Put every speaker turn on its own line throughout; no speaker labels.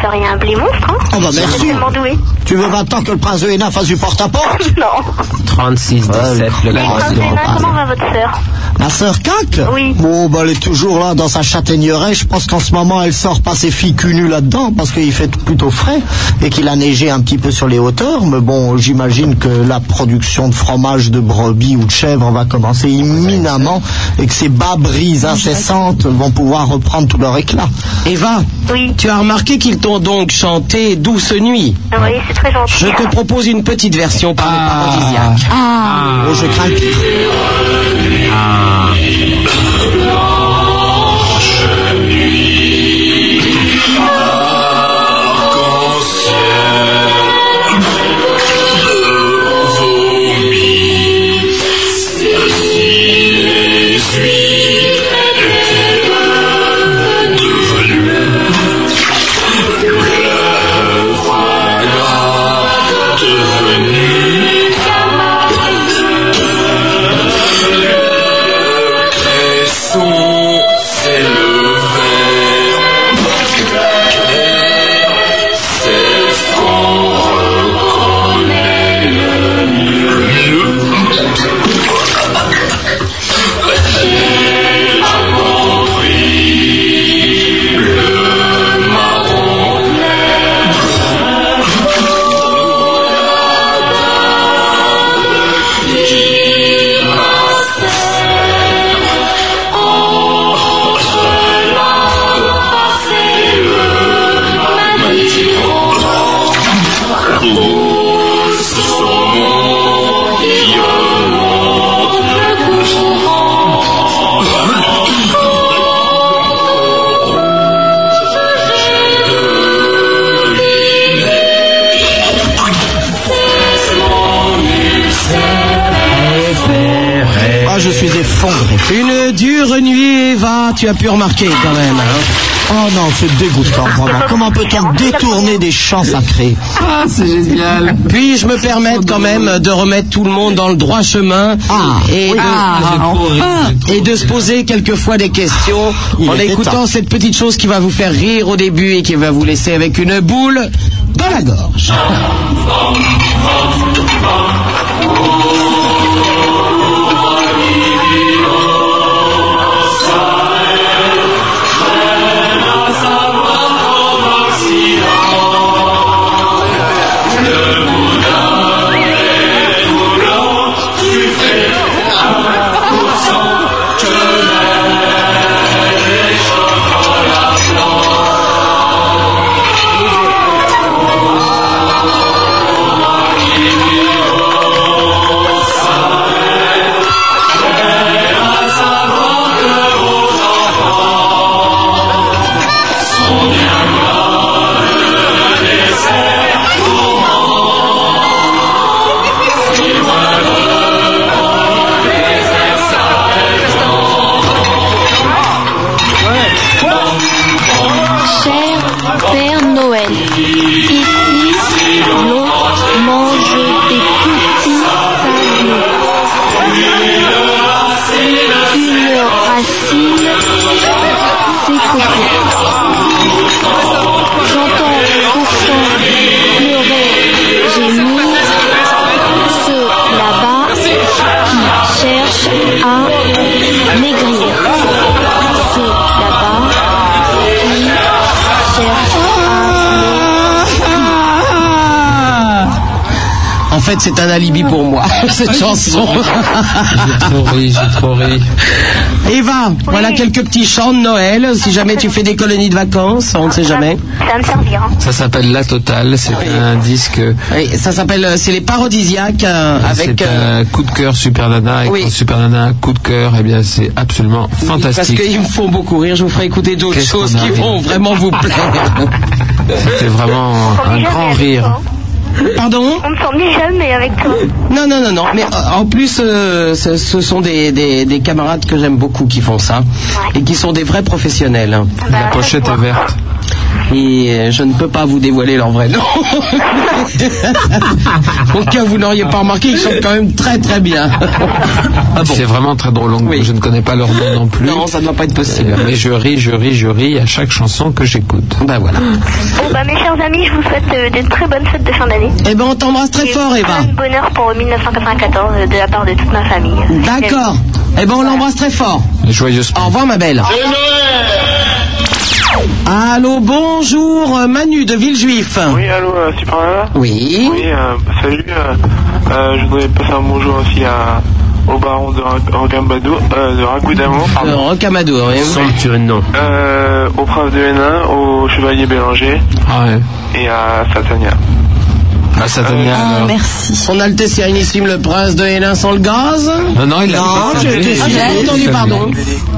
serait un blé monstre,
Ah
hein
Oh bah
Je
merci.
suis tellement doué.
Tu veux maintenant que le prince de Hénin fasse du porte-à-porte
Non.
36, 17, le
Et
grand
prince
Sidon
Hénin,
Paris.
comment va votre sœur
Ma sœur Cac
Oui.
Bon, bah, elle est toujours là dans sa châtaigneraie. Je pense qu'en ce moment, elle sort pas ses filles cul nues là-dedans parce qu'il fait plutôt frais et qu'il a neigé un petit peu sur les hauteurs. Mais bon, j'imagine que la production de fromage de brebis ou de chèvre va commencer imminemment et que ces bas brises incessantes vont pouvoir reprendre tout leur éclat.
Eva,
Oui.
tu as remarqué qu'ils t'ont donc chanté Douce Nuit.
Ah Oui, c'est très gentil.
Je te propose une petite version par les parodisiaques. Ah.
Oh, je crains le pire. Ah, je suis effondré.
Une dure nuit, Eva, tu as pu remarquer quand même. hein.
Oh non, c'est dégoûtant, vraiment. Comment peut-on détourner des chants sacrés
Ah, c'est génial.
Puis-je me permettre quand même de remettre tout le monde dans le droit chemin
Ah,
et, de,
Ah, enfin.
et de se poser quelquefois des questions
Il
en
était
écoutant
temps.
cette petite chose qui va vous faire rire au début et qui va vous laisser avec une boule dans la gorge.
Cher Père Noël, ici, l'on mange des petits salauds. Une racine s'écouter. J'entends pourtant pleurer, gémir, ceux là-bas qui cherchent à maigrir. Ceux là-bas qui cherchent à
En fait, c'est un alibi pour moi,
Ah,
cette chanson.
Trop ri, j'ai trop ri.
Eva, voilà quelques petits chants de Noël. Si jamais tu fais des colonies de vacances, on ne sait jamais.
Ça va me servir. hein.
Ça s'appelle La Totale, c'est un disque, euh,
Oui, ça s'appelle, euh, c'est les parodisiaques euh, avec.
Ah, c'est
euh,
un coup de cœur Super Nana, et
oui.
quand Super Nana, a un coup de cœur, eh bien c'est absolument
parce
fantastique.
qu'ils me font beaucoup rire. Je vous ferai écouter d'autres
Qu'est-ce
choses
qu'on a
qui
ri
vont vraiment vous plaire.
C'était vraiment
On
un
ne
grand
hein.
rire.
Pardon
On ne s'ennuie jamais avec toi.
Non, non, non, non. Mais euh, en plus, euh, ce, ce sont des, des- des camarades que j'aime beaucoup qui font ça et qui sont des vrais professionnels.
Bah,
La pochette
faites
est
voir.
verte.
Et euh, je ne peux pas vous dévoiler leur vrai nom. Au cas où vous n'auriez pas remarqué, ils sont quand même très très bien. Ah bon
C'est vraiment très drôle. donc
Oui.
Je ne connais pas leur nom non plus.
Non, ça ne doit pas être possible.
Euh, Mais je ris, je ris, je ris à chaque chanson que j'écoute.
Ben voilà.
Bon, bah, mes chers amis, je vous souhaite euh, de très bonnes fêtes de fin d'année.
Eh ben on t'embrasse très
Et
fort, Eva.
plein de bonheur pour euh, 1994 euh, de la part de toute ma famille.
D'accord. Eh ben on l'embrasse très fort.
Joyeuse
Au revoir, ma belle. Allô, bonjour, euh, Manu de Villejuif.
Oui, allô, euh, Super Nana
Oui.
Oui, euh, salut. euh, euh, je voudrais passer un bonjour aussi à, au baron de Ra- Rocambadou, euh, de Ragoudamon,
Euh,
pardon.
Rocamadour, oui.
Somptueux nom.
Euh, au prince de Hénin, au chevalier Bélanger
Ah ouais.
et à Satania.
Ah, ça
Euh,
donne bien,
Ah,
alors.
merci.
Son Altesse Sérénissime le Prince de Hénin sans le gaz.
Non, non, il a
Non,
pas Ah,
j'ai
dit.
été
Il a
si
dit
j'ai entendu,
ça,
pardon.
lui.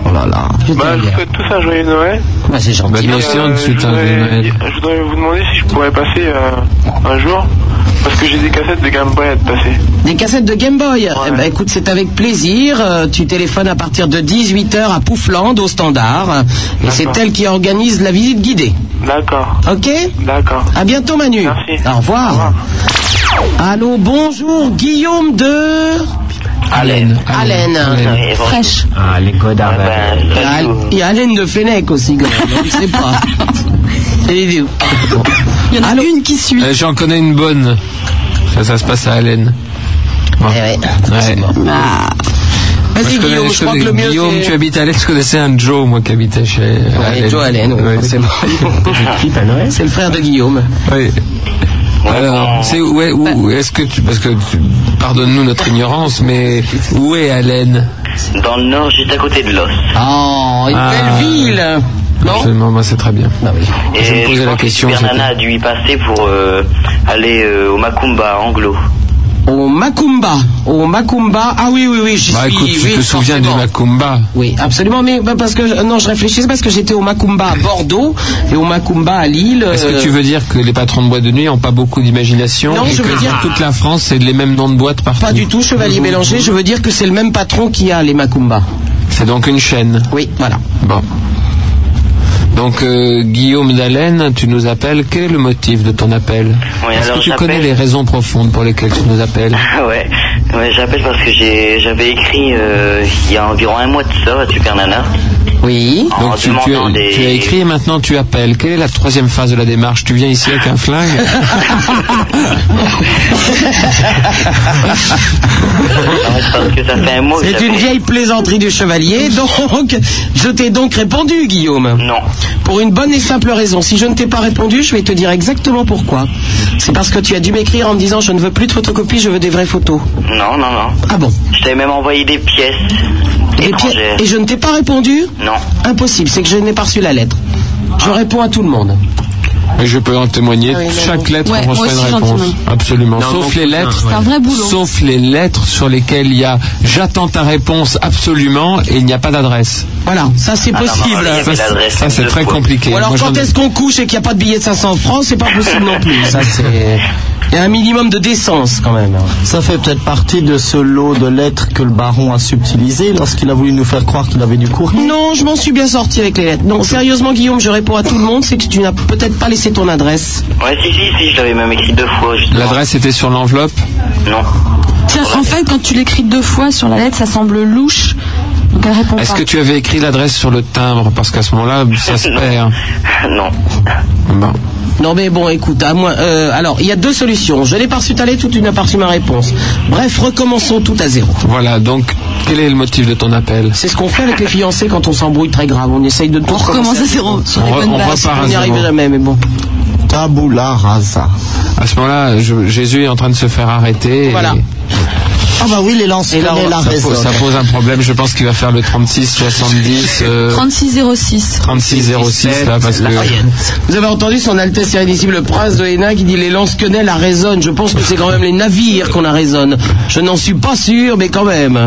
Oh là là.
Bah, je
je t'aime
vous
bien.
souhaite tous un joyeux Noël.
Bah, c'est
Bah,
gentil.
nous aussi, on te
Euh, je,
souhaite un joyeux
voudrais,
Noël.
je voudrais vous demander si je pourrais passer euh, un jour, parce que j'ai des cassettes de Game Boy à te passer.
Des cassettes de Game Boy. Eh ben, écoute, c'est avec plaisir. Euh, tu téléphones à partir de 18h à Poufland, au standard. Et c'est elle qui organise la visite guidée.
D'accord,
Ok
d'accord.
À bientôt, Manu.
Merci.
Au revoir. Allô, bonjour, Guillaume de.
Allen.
Allen.
Fraîche.
Ah, les codards.
Il y a Al- Il y a Allen de Fennec aussi, quand même. Je sais pas. C'est idiot.
Il y en a
Allô
une qui suit.
Euh, J'en connais une bonne. Ça, ça se passe à Allen.
Eh ouais.
Ouais. Moi,
Vas-y,
connais-
Guillaume, je crois
connais-
que le mieux.
Guillaume,
c'est-
tu habites à Allen. Je connaissais un Joe, moi, qui habitait chez
Ouais,
Allen.
Joe Allen, oui,
Ouais.
forcément.
à Noël
C'est le frère de Guillaume.
Oui. Alors, c'est où est, où est-ce que tu, parce que tu- pardonne-nous notre ignorance, mais où est Allen
Dans le nord, juste à côté de l'os.
Oh, une
Ah.
belle ville Non Bah
Absolument, moi, c'est très bien.
Et
Je me posais
je
la
pense que
question.
Super
c'était-
Nana a dû y passer pour euh, aller euh, au Macumba anglo.
Au Macumba. Au Macumba. Ah oui, oui, oui, j'y
Bah
suis.
écoute, tu
oui,
te souviens du
forcément.
Macumba
Oui, absolument. Mais bah, parce que je- non, je réfléchissais parce que j'étais au Macumba à Bordeaux et au Macumba à Lille.
Est-ce
euh,
que tu veux dire que les patrons de boîtes de nuit n'ont pas beaucoup d'imagination
Non,
et
je
que
veux dire-
toute la France c'est les mêmes noms de boîtes partout
Pas du tout, Euh, Chevalier Bélanger. Je veux dire que c'est le même patron qui a les Macumba.
C'est donc une chaîne.
Oui, voilà.
Bon. Donc euh, Guillaume d'Allen, tu nous appelles. Quel est le motif de ton appel
Oui,
Est-ce
alors
que tu
j'appelle-
connais les raisons profondes pour lesquelles tu nous appelles
Ah ouais, ouais j'appelle parce que j'ai- j'avais écrit euh, il y a environ un mois de ça à Super Nana.
Oui.
Ah, En
Donc tu, tu
demandant
as,
des...
tu as écrit et maintenant tu appelles. Quelle est la troisième phase de la démarche Tu viens ici avec un flingue
Ah ouais, c'est parce que ça fait un mois que
C'est une
j'avais-
vieille plaisanterie du chevalier, donc je t'ai donc répondu, Guillaume.
Non.
Pour une bonne et simple raison. Si je ne t'ai pas répondu, je vais te dire exactement pourquoi. C'est parce que tu as dû m'écrire en me disant je ne veux plus de photocopies, je veux des vraies photos.
Non, non, non.
Ah bon
Je t'avais même envoyé des pièces
Et, puis-
étrangères.
et je ne t'ai pas répondu
Non.
Impossible, c'est que je n'ai pas reçu la lettre. Je réponds à tout le monde.
Et je peux en témoigner.
Ah oui, non,
Chaque
non.
lettre
Ouais, moi
reçoit une
aussi,
réponse.
gentiment.
Absolument.
Non,
sauf
donc,
les
non,
lettres.
C'est un vrai boulot.
Sauf les lettres sur lesquelles il y a j'attends ta réponse absolument et il n'y a pas d'adresse.
Voilà, ça c'est
Ah, non, non,
possible.
il y avait
Ah. Ça,
l'adresse
ça, c'est
deux
très
fois.
compliqué.
Ou alors
Moi, j'en
quand
ai-
est-ce qu'on couche et qu'il n'y a pas de billet de 500 francs, c'est pas possible non plus. Ça c'est... Il y a un minimum de décence quand même. hein.
Ça fait peut-être partie de ce lot de lettres que le baron a subtilisé lorsqu'il a voulu nous faire croire qu'il avait du courrier.
Non, je m'en suis bien sorti avec les lettres. Non, sérieusement, Guillaume, je réponds à tout le monde, c'est que tu n'as peut-être pas laissé ton adresse.
Ouais, si, si, si, je l'avais même écrit deux fois, justement.
L'adresse était sur l'enveloppe.
Non.
Tiens, en fait, quand tu l'écris deux fois sur la lettre, ça semble louche. Donc elle répond
Est-ce
pas.
que tu avais écrit l'adresse sur le timbre Parce qu'à ce moment-là, ça se perd. hein.
non.
Bon.
Non, mais bon, écoute, à moi, euh, alors, il y a deux solutions. Je n'ai pas reçu ta lettre ou tu n'as pas reçu ma réponse. Bref, recommençons tout à zéro.
Voilà, donc quel est le motif de ton appel
C'est ce qu'on fait avec les fiancés quand on s'embrouille très grave. On essaye de tout
On recommence à
recommencer.
zéro sur
On,
les
re-
bonnes
on
bases.
repart
On
à
n'y
zéro.
arrive jamais, mais bon.
Tabula rasa.
À ce moment-là, je- Jésus est en train de se faire arrêter. et-
Voilà.
Ah bah oui, les lances
Et là,
connaît
on-
la
Ça, pose-
raison.
ça pose un problème. Je pense qu'il va faire le 36, 70, euh,
3606.
36, 06 là, parce que.
Vous avez entendu son Altesse Sérénissime le Prince de Hénin qui dit les lance-quenelles à raisonne. Je pense que c'est quand même les navires qu'on la raisonne. Je n'en suis pas sûr, mais quand même.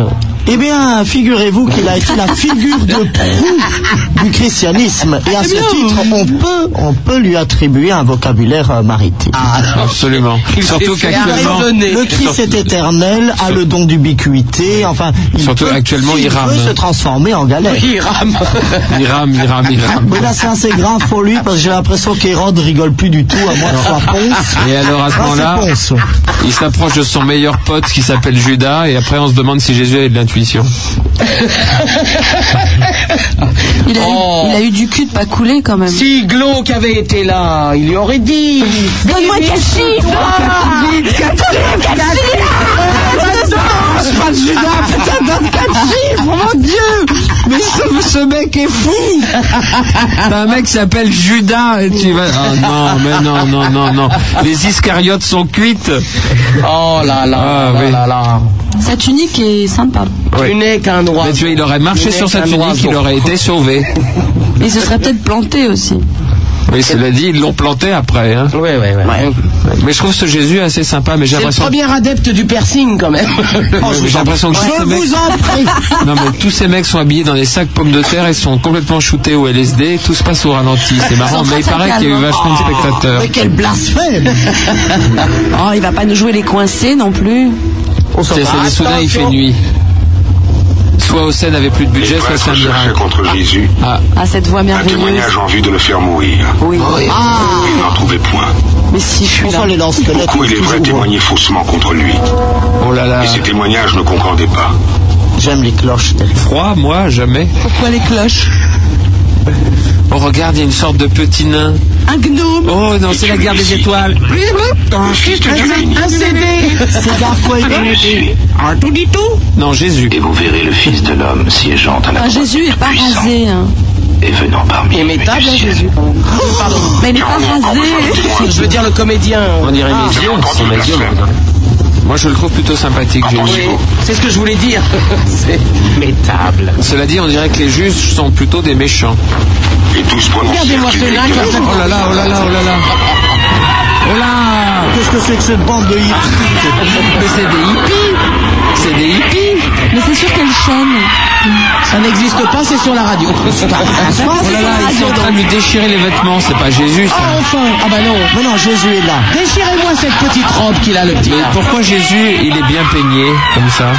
Eh bien, figurez-vous qu'il a été la figure de proue du christianisme. Et
Eh
à ce titre, on peut, on peut lui attribuer un vocabulaire euh, maritime.
Absolument. Surtout qu'actuellement.
le Christ est éternel, a le don d'ubiquité, enfin, il
Surtout
peut,
actuellement,
s'il
il rame.
peut se transformer en galère.
Oui, il rame. Il rame, il rame, il rame.
Oui, Ah, là, c'est assez grave pour lui, parce que j'ai l'impression qu'Hérode rigole plus du tout, à moins que soit Ponce.
Et alors à ce
Ah, c'est
moment-là,
Ponce.
il s'approche de son meilleur pote qui s'appelle Judas, et après on se demande si Jésus avait de l'intuition.
Il a, eu, il a eu du cul de pas couler quand même.
Si Glauque avait été là, il lui aurait dit.
Donne-moi quel chiffre
Je parle Judas, putain, donne quatre chiffres, mon Dieu Mais ce, ce mec est fou
T'as un mec qui s'appelle Judas et tu vas. Oh non, mais non, non, non, non. Les Iscariotes sont cuites. Ah,
Oh là là, là, là, là.
Sa tunique est sympa.
Tu n'es qu'un droit.
Mais tu vois, il aurait marché
Tu n'es
sur sa
qu'un
tunique,
oiseau.
il aurait été sauvé.
Mais il se serait peut-être planté aussi.
Oui, cela dit, ils l'ont planté après. Hein.
Ouais, ouais, ouais.
Mais je trouve ce Jésus assez sympa, mais j'ai
C'est le
l'impression.
premier adepte du piercing quand même.
j'ai l'impression que tous ces mecs-
vous en prie.
Non mais tous ces mecs sont habillés dans des sacs pommes de terre et sont complètement shootés au LSD. Tout se passe au ralenti, c'est marrant.
Ils sont
Mais il
très, très
paraît qu'il y a eu
calmes.
vachement de
Oh,
spectateurs.
Mais Oh, quel blasphème
Oh, il va pas nous jouer les coincés non plus.
On s'en
C'est
va.
c'est des soudain il fait nuit. Soit Océane n'avait plus de budget, soit c'est un miracle.
contre Jésus
Ah,
Ah, cette voix
un
merveilleuse.
témoignage en vue de le faire mourir.
Oui.
Ah,
Il n'en trouvait point.
Mais si je suis là.
Enfin, les lance-fenêtres.
Beaucoup, il est vrai, témoignaient faussement contre lui.
oh là là.
Et ces témoignages ne concordaient pas.
J'aime les cloches. Thierry.
Froid, moi, jamais.
Pourquoi les cloches
Oh regarde, il y a une sorte de petit nain.
Un gnome
Oh non, c'est la guerre des étoiles.
Le fils de Dieu béni.
C'est Gargoyle.
Venez-le-ci,
Non, Jésus.
Et vous verrez le Fils de l'homme siégeant à la
Enfin,
droite
Jésus
du
est pas
Tout-Puissant
rasé. hein.
Et venant parmi
Et
les
métable, hein, Jésus.
Mais il est pas rasé.
Je veux dire le comédien.
On dirait
Ah,
médium, c'est médium. Moi je le trouve plutôt sympathique, Jésus.
oui, c'est ce que je voulais dire. C'est métable.
Cela dit, on dirait que les juges sont plutôt des méchants.
Et tous prononcèrent
Regardez-moi
qu'il
ce
était
nain qui a
le
cette-
Oh là là, oh là là, oh là là. Oh là
Qu'est-ce que c'est que cette bande de hippies
Mais c'est des hippies C'est des hippies
Mais c'est sûr qu'elle chaîne.
Ça n'existe pas, c'est sur la radio.
Oh là là, ils sont en train de lui déchirer les vêtements, c'est pas Jésus
Ah,
ça.
enfin Ah bah non
Mais non, Jésus est là.
Déchirez-moi cette petite robe qu'il a, le petit.
Mais pourquoi Jésus, il est bien peigné comme ça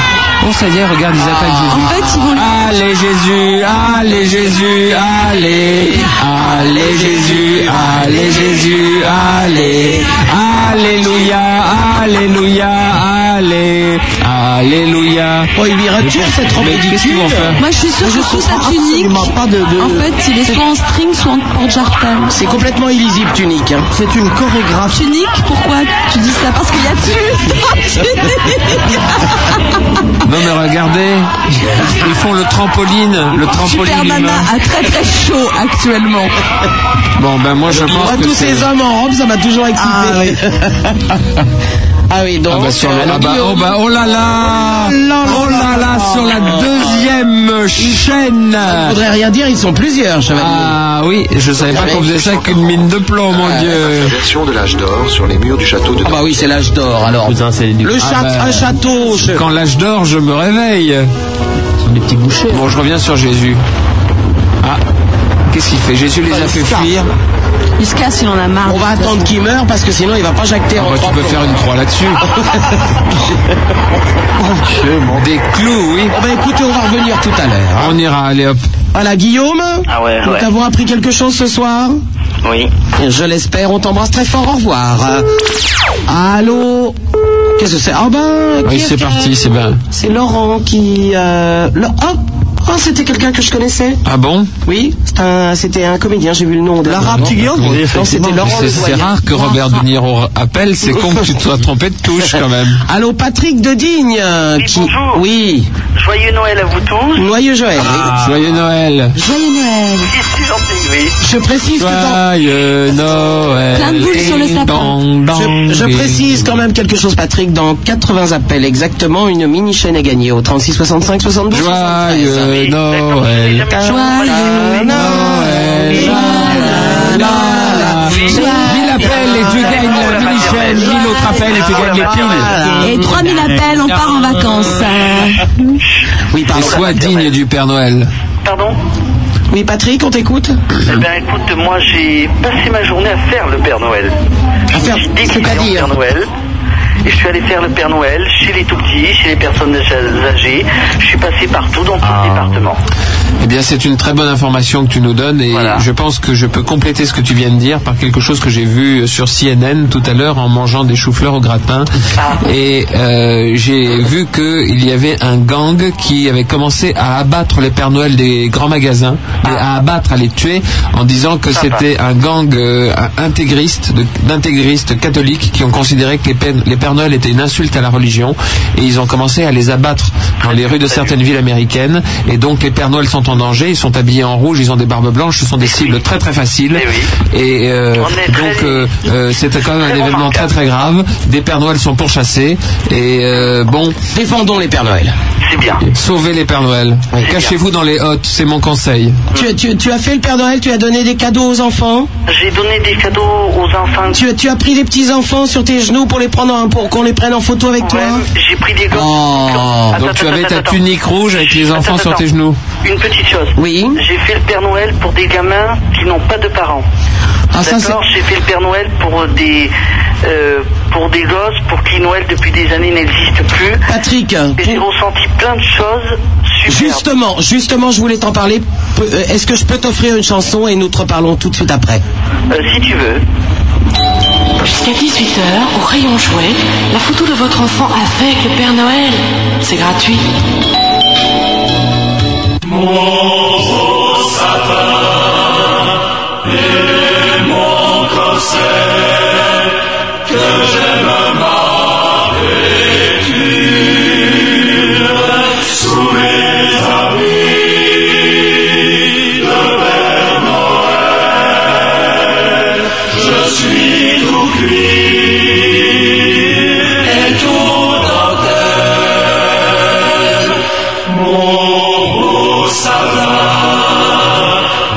Oh ça y est, regarde, ils attaquent Jésus.
En fait, ils vont lui-
Allez Jésus, allez Jésus, allez, allez Jésus, allez Jésus, allez, alléluia, alléluia, allez, alléluia.
Oh, il lui retire cette robe
Mais qu'est-ce qu'ils
ridicule.
vont faire
Moi, je suis sûre que sous sa tunique,
absolument pas de- de-
en fait, il est soit en string, soit en porte-jartel.
C'est complètement illisible, tunique. hein.
C'est une chorégraphie.
Tunique, pourquoi tu dis ça Parce qu'il y a plus
Non mais regardez, ils font le trampoline, le trampoline
Super Nana
humain.
a très très chaud actuellement.
Bon ben moi je
Moi,
pense que
tous
c'est...
ces hommes en robe, ça m'a toujours excité. Ah oui, donc...
Ah bah sur
euh,
le- ah bah, oh bah oh là là Oh là là sur la deuxième chaîne
Je voudrais rien dire, ils sont plusieurs, chevalier.
Ah oui, je savais pas qu'on faisait ça avec une mine de plomb mon dieu
Version de l'âge d'or sur les murs du château de
Ah bah oui, c'est l'âge d'or, alors.
Cousin, c'est les
Le chat,
bah.
un château, je-
Quand l'âge d'or je me réveille
petits bouchers.
Bon je reviens sur Jésus Ah Qu'est-ce qu'il fait Jésus les a fait fuir
Il se casse, il en a marre.
On va attendre qu'il meure, parce que sinon, il va pas jacter
Ah
en
bah,
trois
Tu peux
plombs.
faire une croix là-dessus Des clous oui
Oh bah écoutez, on va revenir tout à l'heure. hein.
On ira, allez hop
Voilà, Guillaume
Ah ouais,
Nous
ouais.
t'avons appris quelque chose ce soir
Oui.
Je l'espère, on t'embrasse très fort, au revoir. Euh, Allô Qu'est-ce que c'est Ah ben... qui
Oui
est-ce
c'est
que-
parti, c'est ben. bien
C'est Laurent qui... Euh, le- oh, oh, c'était quelqu'un que je connaissais
Ah bon
Oui, c'est un- c'était un, comédien, j'ai vu le nom.
Lara Petit Guillaume
Non,
effectivement. c'était Laurent
C'est-
Le
C'est
Doyen.
rare que Robert De Niro appelle, c'est con que tu te sois trompé de touche quand même.
Allô, Patrick de Digne euh,
Oui,
qui...
bonjour.
Oui,
Joyeux Noël à vous tous.
Noyeux Joël.
Ah, Joyeux Noël
Joyeux Noël.
C'est gentil, oui.
Je précise que dans-
Joyeux Noël
Plein de boules sur le sapin.
Ding, dong,
Je, je
ding.
précise quand même quelque chose, Patrick. Dans 80 appels exactement, une mini chaîne est gagnée au 36 65 72. 73.
Joyeux Noël
Joyeux
Noël la, la, la. Mille appels et tu gagnes
Oh,
la mini-chaîne, mille autres appels et tu gagnes les piles
Et 3000 appels, on part en vacances.
Oui,
Et
pardon.
sois digne du Père Noël.
Pardon
Oui, Patrick, on t'écoute
Eh ben écoute, moi j'ai passé ma journée à faire le Père Noël. Je me suis déguisé en Père Noël. Et je suis allé faire le Père Noël chez les tout-petits, chez les personnes âgées. Je suis passé partout dans tout
Ah.
le département.
Eh bien, c'est une très bonne information que tu nous donnes et je pense que je peux compléter ce que tu viens de dire par quelque chose que j'ai vu sur CNN tout à l'heure en mangeant des choux-fleurs au gratin. Et euh, j'ai vu qu'il y avait un gang qui avait commencé à abattre les Pères Noël des grands magasins, et à abattre, à les tuer, en disant que
Sympa.
c'était un gang euh, un- intégriste, de- d'intégristes catholiques qui ont considéré que les, Pères- les Pères Noël étaient une insulte à la religion et ils ont commencé à les abattre dans les rues de certaines villes américaines. Et donc les Pères Noël sont en danger, ils sont habillés en rouge, ils ont des barbes blanches, ce sont
Eh
des cibles très très faciles. Et euh, donc euh, euh, c'était quand même un événement très très grave. Des Pères Noël sont pourchassés et euh, bon.
Défendons les Pères Noël.
C'est bien.
Sauvez les Pères Noël. Cachez-vous dans les hottes, c'est mon conseil.
Tu, tu- tu as fait le Père Noël, tu as donné des cadeaux aux enfants
J'ai donné des cadeaux aux enfants.
Tu, tu as pris les petits-enfants sur tes genoux pour les prendre en- pour qu'on les prenne en photo avec toi
J'ai pris des
Oh, donc tu avais ta tunique rouge avec les enfants sur tes genoux.
Une petite chose.
Oui.
J'ai fait le Père Noël pour des gamins qui n'ont pas de parents.
Ah,
D'accord, j'ai fait le Père Noël pour des euh, pour des gosses pour qui Noël depuis des années n'existe plus.
Patrick,
Et j'ai ressenti plein de choses.
Justement, justement, je voulais t'en parler. Peu- euh, Est-ce que je peux t'offrir une chanson et nous te reparlons tout de suite après
Euh, si tu veux.
Jusqu'à 18h, au rayon jouet, la photo de votre enfant avec le Père Noël. C'est gratuit.
mon corset que j'aime ma vêture sous les habits de Père Noël. Je suis tout cuit et tout en terre. Mon beau sapin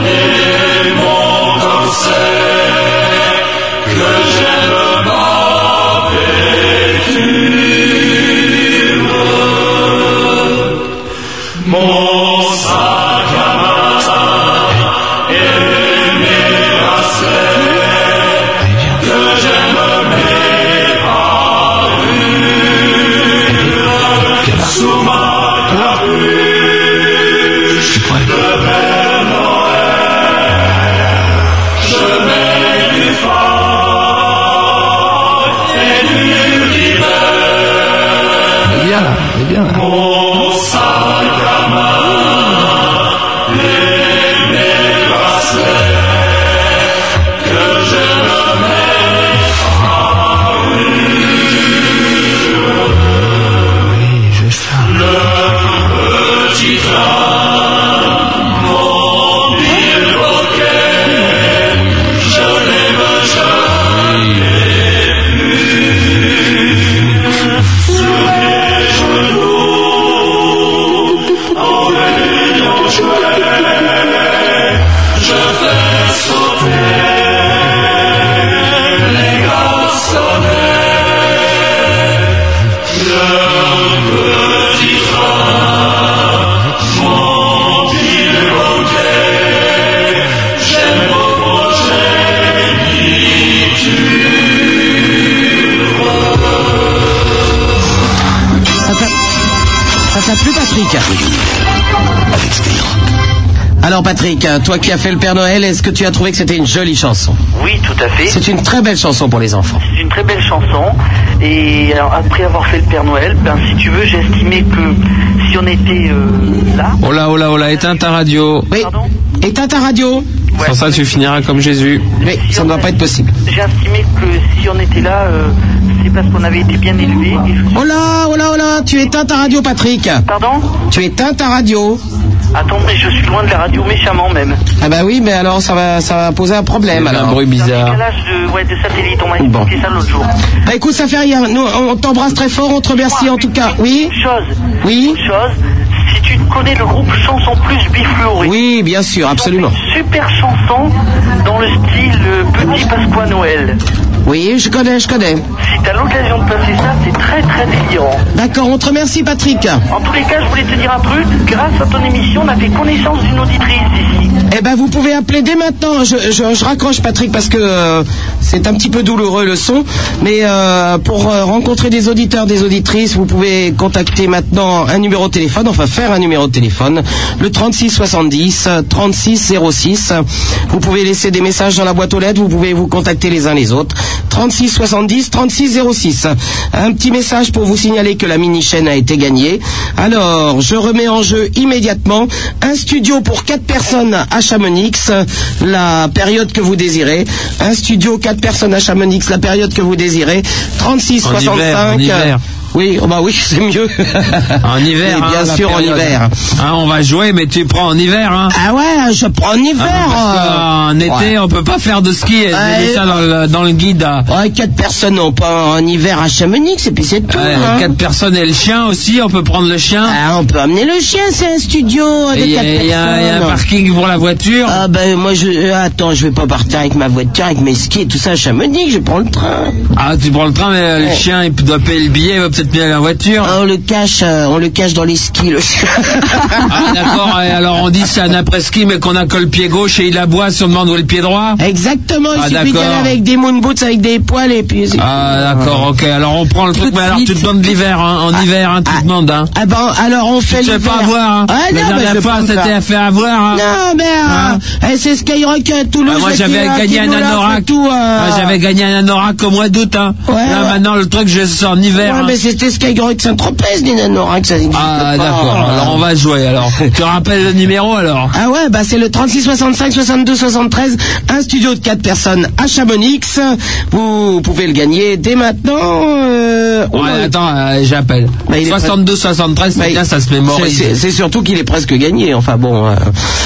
et mon corset que j'aime ma vêture. Mon sac à main et mes bracelets que j'aime mes parures sous ma capuche de Père Noël. Je mets du fort et du
Eh
libère.
Bien là, bien là.
Mon sac à main et mes bracelets que je me mets à Le petit train, mon mille roquets, je n'aime jamais plus. Sous les genoux, en veillant jouer, je fais sauter les garçonnets. Le petit train, mon petit roquet, j'aime au
Ça t'a ça t'a plu, Patrick Alors, Patrick, euh, toi qui as fait le Père Noël, est-ce que tu as trouvé que c'était une jolie chanson
Oui, tout à fait.
C'est une très belle chanson pour les enfants.
C'est une très belle chanson. Et alors, après avoir fait le Père Noël, ben, si tu veux, j'ai estimé que si on était euh, là,
Oh là, oh là, oh là, éteins ta radio.
Oui. Éteins ta radio.
Sans ça, tu finiras comme Jésus.
Oui, ça ne doit pas être possible.
j'ai estimé que si on était là, euh, c'est parce qu'on avait été bien élevés. Et je-
Oh là, oh là, oh là, tu éteins ta radio, Patrick.
Pardon
Tu éteins ta radio.
Attends, mais je suis loin de la radio, méchamment même.
Ah bah oui, mais alors ça va, ça va poser un problème. Alors.
Décalage de, ouais, de satellite, on m'a expliqué ça l'autre jour.
Bah écoute, ça fait rien. Nous, on t'embrasse très fort, on te remercie en tout cas. Oui
Chose.
Oui
Chose. Si tu connais le groupe Chanson Plus Bifluoré.
Oui, bien sûr, absolument.
Super chanson dans le style euh, Petit Pasqua Noël.
Oui, je connais, je connais.
Si t'as l'occasion de passer ça, c'est très très délirant.
D'accord, on te remercie, Patrick.
En tous les cas, je voulais te dire un truc. Grâce à ton émission, on a fait connaissance d'une auditrice ici.
Eh ben, vous pouvez appeler dès maintenant. Je, je- je raccroche, Patrick, parce que euh, c'est un petit peu douloureux le son. Mais euh, pour euh, rencontrer des auditeurs, des auditrices, vous pouvez contacter maintenant un numéro de téléphone, enfin faire un numéro de téléphone, le 36 70 36 06. Vous pouvez laisser des messages dans la boîte aux lettres, vous pouvez vous contacter les uns les autres. 36 70 36 06. Un petit message pour vous signaler que la mini-chaîne a été gagnée. Alors, je remets en jeu immédiatement un studio pour 4 personnes à Chamonix, la période que vous désirez. Un studio 4 personnes à Chamonix, la période que vous désirez. 36
En
65.
hiver, en hiver.
Oui, oh bah oui, c'est mieux.
En hiver,
Et
hein,
bien
la
sûr, en
période.
hiver.
Hein, on va jouer, mais tu prends en hiver. Hein.
Ah ouais, je prends en hiver.
Ah, parce qu'en
euh,
bah, été,
ouais.
on peut pas faire de ski. et
Ouais.
j'ai mis ça dans le, dans le guide. hein.
Ouais, Oh, quatre personnes n'ont pas en hiver à Chamonix, et puis c'est tout.
Ouais,
hein.
Quatre personnes et le chien aussi. On peut prendre le chien.
Ah, on peut amener le chien, c'est un studio
Et
avec
y a-
Ah, quatre
y a-
personnes.
y a un parking pour la voiture.
Ah ben moi je euh, attends, je vais pas partir avec ma voiture, avec mes skis et tout ça à Chamonix, je prends le train.
Ah, tu prends le train, mais euh, le
Ouais.
chien, il doit payer le billet, il va peut-être payer la voiture.
Ah, on le cache, euh, on le cache dans les skis le chien.
Ah, d'accord, et alors on dit c'est un après-ski, mais qu'on a que le pied gauche et il aboie si on demande où est le pied droit
Exactement, il
Ah,
suffit d'y
d'accord.
aller avec des moon boots avec des poils et puis c'est-
Ah, d'accord, ok. Alors on prend le truc, mais alors tu te demandes l'hiver, hein, en hiver, hein, tu te demandes. Hein.
Ah ben alors on fait
Tu te fais
l'hiver.
pas avoir, hein.
Ah
La
non, mais
dernière
je le
fois,
prends
c'était
pas.
à faire avoir, hein.
Non, mais euh, eh, c'est Skyrock à Toulouse.
Ah, moi
qui-
j'avais
qui
gagné
nous
un
l'a fait
anorak.
Tout, euh,
Ah, j'avais gagné un anorak au mois d'août. Hein. Là
ouais.
maintenant le truc je le sors en hiver.
Ouais,
hein.
mais c'était Skyrock Saint-Tropez, des anorak, ça n'existe
Ah
pas. Oh
d'accord, alors on va jouer alors. tu rappelles le numéro alors
Ah ouais, bah c'est le 36 65 62 73, un studio de 4 personnes à Chamonix. Vous pouvez le gagner dès maintenant. euh, on
Ouais,
va-
attends, euh, j'appelle.
Bah, il est
62-73,
Bah,
c'est bien, ça se mémorise.
c'est- c'est- C'est surtout qu'il est presque gagné, enfin bon. euh.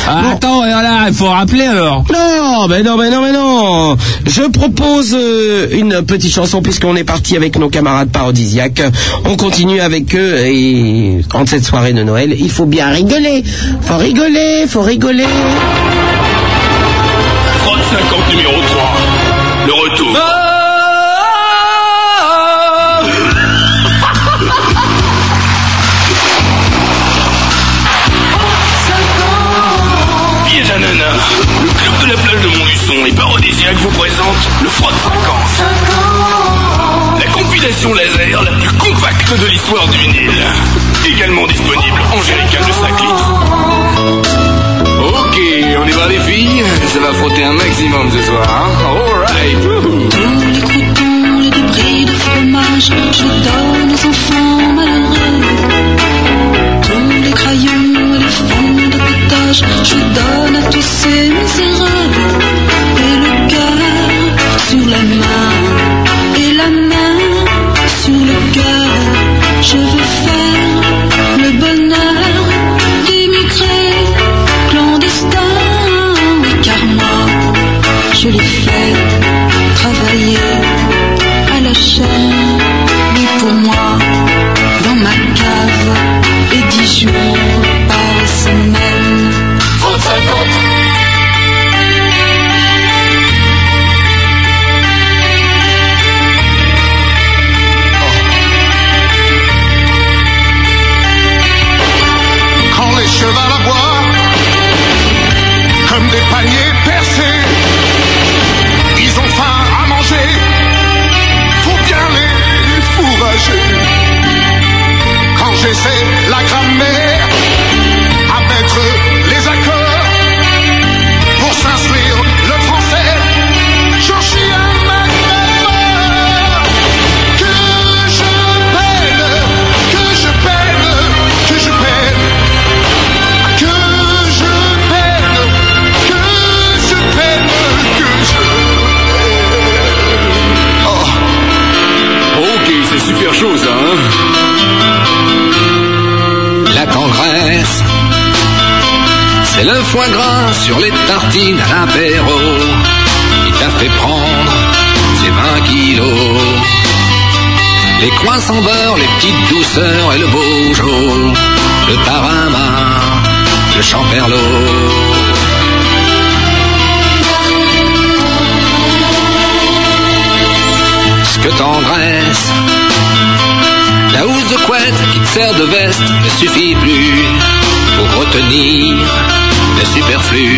Ah, Attends, et voilà, il faut rappeler alors.
Non, mais non, mais non, mais non. Je propose euh, une petite chanson puisqu'on est parti avec nos camarades parodisiaques. On continue avec eux et en cette soirée de Noël, il faut bien rigoler. Faut rigoler, faut rigoler.
30-50 numéro 3. Le retour. Piège à Nana, le club de la plage de Montluçon et Parodisiaque vous présente le Froid 50. La compilation laser la plus compacte de l'histoire du vinyle. Également disponible en jerrycan de 5 litres.
Ok, on y va les filles. Ça va frotter un maximum ce soir. hein. Alright.
Dans les débris de fromage, je donne aux enfants malheureux. Tous les crayons et les fonds de potage, je donne à tous ces miséreux. Et le cœur sur la main, et la main sur le cœur. Je veux faire le bonheur d'immigrés clandestins, oui, car moi, je les fais travailler à la chaîne. Mais pour moi, dans ma cave, et dix jours par semaine.
Euh,
35
quand les chevals aboient, comme des paniers percés. Ils ont faim à manger, faut bien les fourrager. Quand j'essaie la grammaire, à mettre les accords, pour s'instruire le français, j'en chie à ma grand-mère. Que je peine, que je peine, que je peine. Que je peine, que je peine, que je
Oh. Ok, c'est super chaud ça. hein. La tendresse, c'est le foie gras sur les tartines à l'apéro. Il t'a fait prendre ses 20 kilos. Les croissants beurre, les petites douceurs et le bourgeot. Le tarama, le champerlot.
Tendresse,
que t'engraisses. La housse de couette qui te sert de veste ne suffit plus pour retenir le superflu.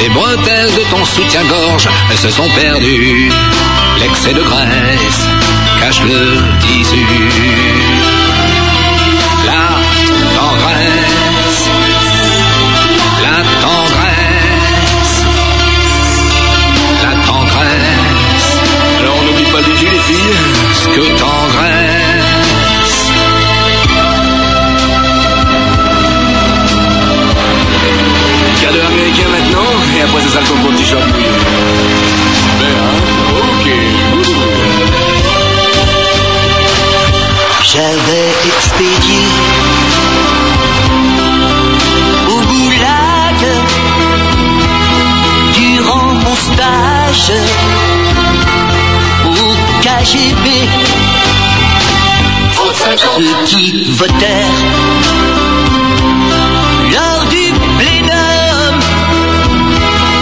Les bretelles de ton soutien-gorge elles se sont perdues. L'excès de graisse cache le tissu. La tendresse, la tendresse, la tendresse. Alors on n'oublie pas les gilets, les filles. Ce que tendresse.
Cadeau américain maintenant, et après c'est ça le concours de t-shirt mouillé. Ben, hein, ok.
J'avais expédié au goulag durant mon stage au KGB. Ceux qui votèrent lors du plénum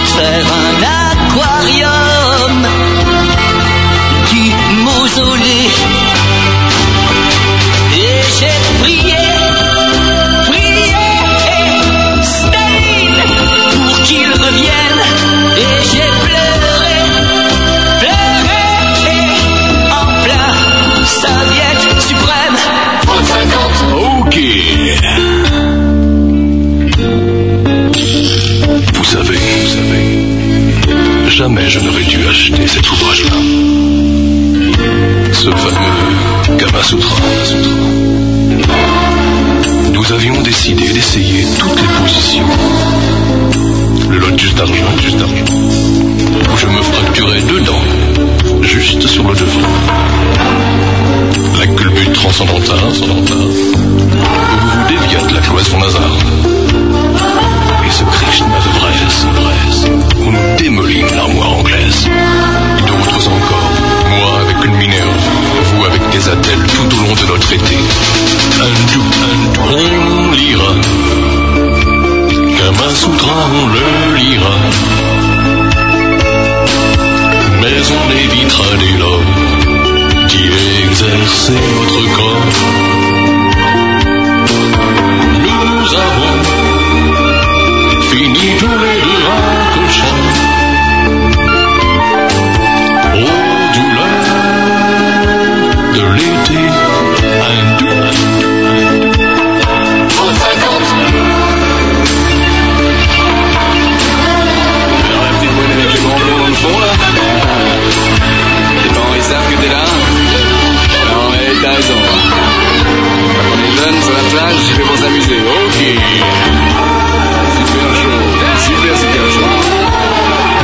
faire un aquarium du mausolée. Et j'ai prié, prié, Staline, pour qu'il revienne. Et j'ai pleuré, pleuré, en plein Soviet suprême.
Ok. Vous savez, vous savez, jamais je n'aurais dû acheter cet ouvrage-là. Ce fameux Kama Sutra. Nous avions décidé d'essayer toutes les positions. Le lotus d'argent, lotus d'argent, où je me fracturais deux dents, juste sur le devant. La culbute transcendantale, transcendantale, où vous vous déviâtes la cloison Lazare. Et ce Krishna de Bresse, Bresse, où nous démolîmes l'armoire anglaise. Et d'autres encore, moi avec une minerve, vous avec des attelles tout au long de notre été. Un tout, un tout, on lira. Comme un soutra, on le lira. Mais on évitera dès lors d'y exercer notre corps. Nous avons Fini tous les rires cochons. Aux douleurs de l'été, un doux.
Alors la petite brune avec les grands bleus dans le fond là Les parents ils savent que t'es là Alors ouais t'as raison Quand on est jeune sur la plage j'y vais pour s'amuser Ok Super chaud Super super chaud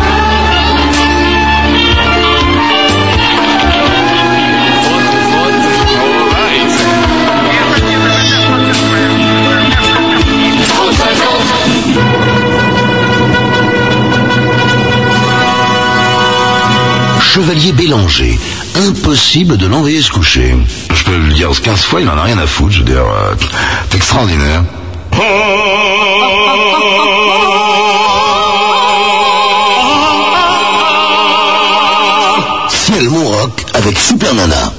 Chevalier Bélanger, impossible de l'envoyer se coucher. Je peux le dire 15 fois, il n'en a rien à foutre, je veux dire, euh, c'est extraordinaire. Ciel mon rock avec Super Nana.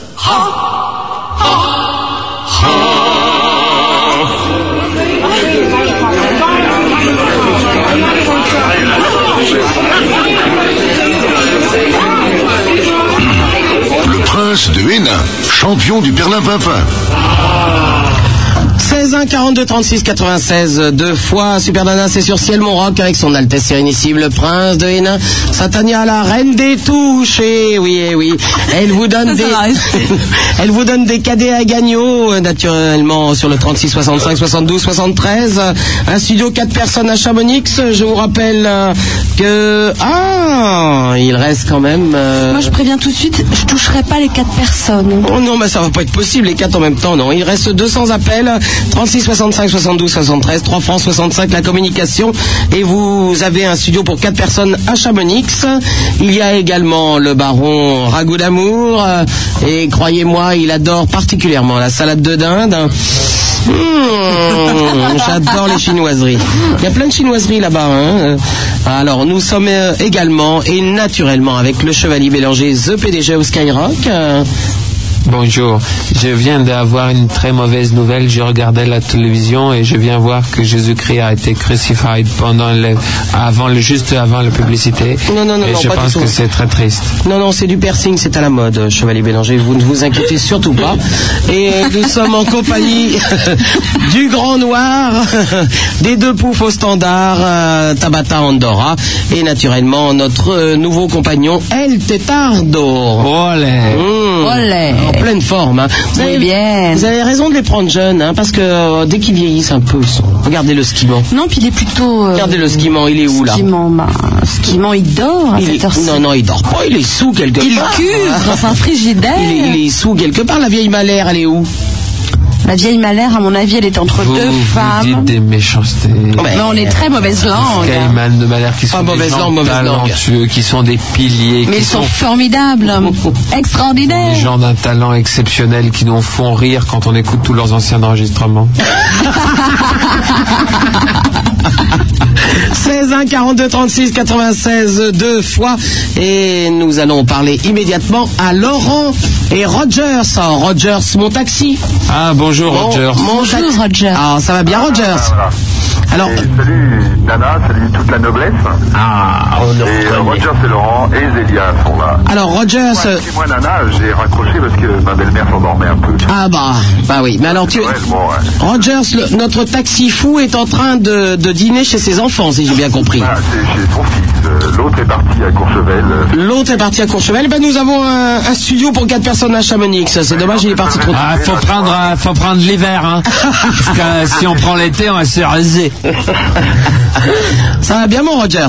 Le
prince de Hénin, champion du Berlin Pimpin.
16 1 42 36 96 deux fois Super Nana c'est sur ciel mon rock avec son Altesse Sérénissime le Prince de Hénin Satania la reine des touches et oui et oui elle vous donne des elle vous donne des cadets à Gagno euh, naturellement sur le 36 65 72 73 un studio 4 personnes à Chamonix je vous rappelle euh, que ah il reste quand même euh,
Moi, je préviens tout de suite, je toucherai pas les quatre personnes.
Oh non, mais ça va pas être possible, les quatre en même temps, non. Il reste 200 appels, 36, 65, 72, 73, 3 francs 65, la communication. Et vous avez un studio pour quatre personnes à Chamonix. Il y a également le baron Ragout d'amour. euh, Et croyez-moi, il adore particulièrement la salade de dinde. Mmh, J'adore les chinoiseries. Il y a plein de chinoiseries là-bas. hein. Alors, nous sommes euh, également et naturellement avec le Chevalier Bélanger, The PDG au Skyrock. Euh,
Bonjour, je viens d'avoir une très mauvaise nouvelle. Je regardais la télévision et je viens voir que Jésus-Christ a été crucifié pendant le, avant le, juste avant la publicité.
Non, non, non,
et
non,
je
pas du
pense
tout.
que c'est très triste.
Non, non, c'est du piercing, c'est à la mode, euh, Chevalier Bélanger. Vous ne vous inquiétez surtout pas. Et euh, nous sommes en compagnie du Grand Noir, des deux poufs au standard, euh, Tabata Andorra, et naturellement notre euh, nouveau compagnon, El Tetardo. Mmh.
Olé.
Olé.
En pleine forme. hein. Vous, avez, vous avez raison de les prendre jeunes, hein, parce que euh, dès qu'ils vieillissent un peu, ils sont- regardez le skiman.
Non, puis il est plutôt. euh,
Regardez le skiman, il est où là
Skimant, bah, skimant, il dort à
Il est-
cette heure-ci.
non, non, il dort pas, il est sous quelque
Il
part.
cuve dans un frigidaire.
Il est, il est sous quelque part. La vieille Malère, elle est où
La vieille Malère, à mon avis, elle est entre
Vous,
deux
vous dites
femmes.
des méchancetés.
Mais on est très mauvaise langue. hein.
Caïman de Malher qui sont
Ah,
des
mauvaise
gens
langue, mauvaise langue.
talentueux, qui sont des piliers,
Mais
qui
ils sont formidables,
Oh,
des
extraordinaires.
gens d'un talent exceptionnel qui nous font rire quand on écoute tous leurs anciens enregistrements.
Ah, 16 1 42 36 96 deux fois et nous allons parler immédiatement à Laurent et Rogers. Ah, Rogers, mon taxi.
Ah bonjour
Mon-
Roger.
mon taxi. Ah ça va bien Rogers. Alors.
Ah, Salut Nana, salut toute la noblesse. Ah, et euh, Roger et Laurent et Zélia sont là.
Alors Rogers. euh,
Et moi Nana, j'ai raccroché parce que ma belle-mère s'endormait un peu.
Ah bah bah oui. Mais alors tu.
Ouais, bon, ouais.
Rogers, le- notre taxi fou est en train de, de dîner chez ses enfants, si j'ai bien compris.
Ah, c'est chez son fils. Euh, L'autre est parti à Courchevel. Euh,
L'autre est parti à Courchevel. Ben, nous avons un, un studio pour quatre personnes à Chamonix. C'est dommage, il est parti trop tôt.
Ah, faut prendre, euh, faut prendre l'hiver, hein. Parce que euh, si on prend l'été, on va se raser.
Ça va bien, mon Rogers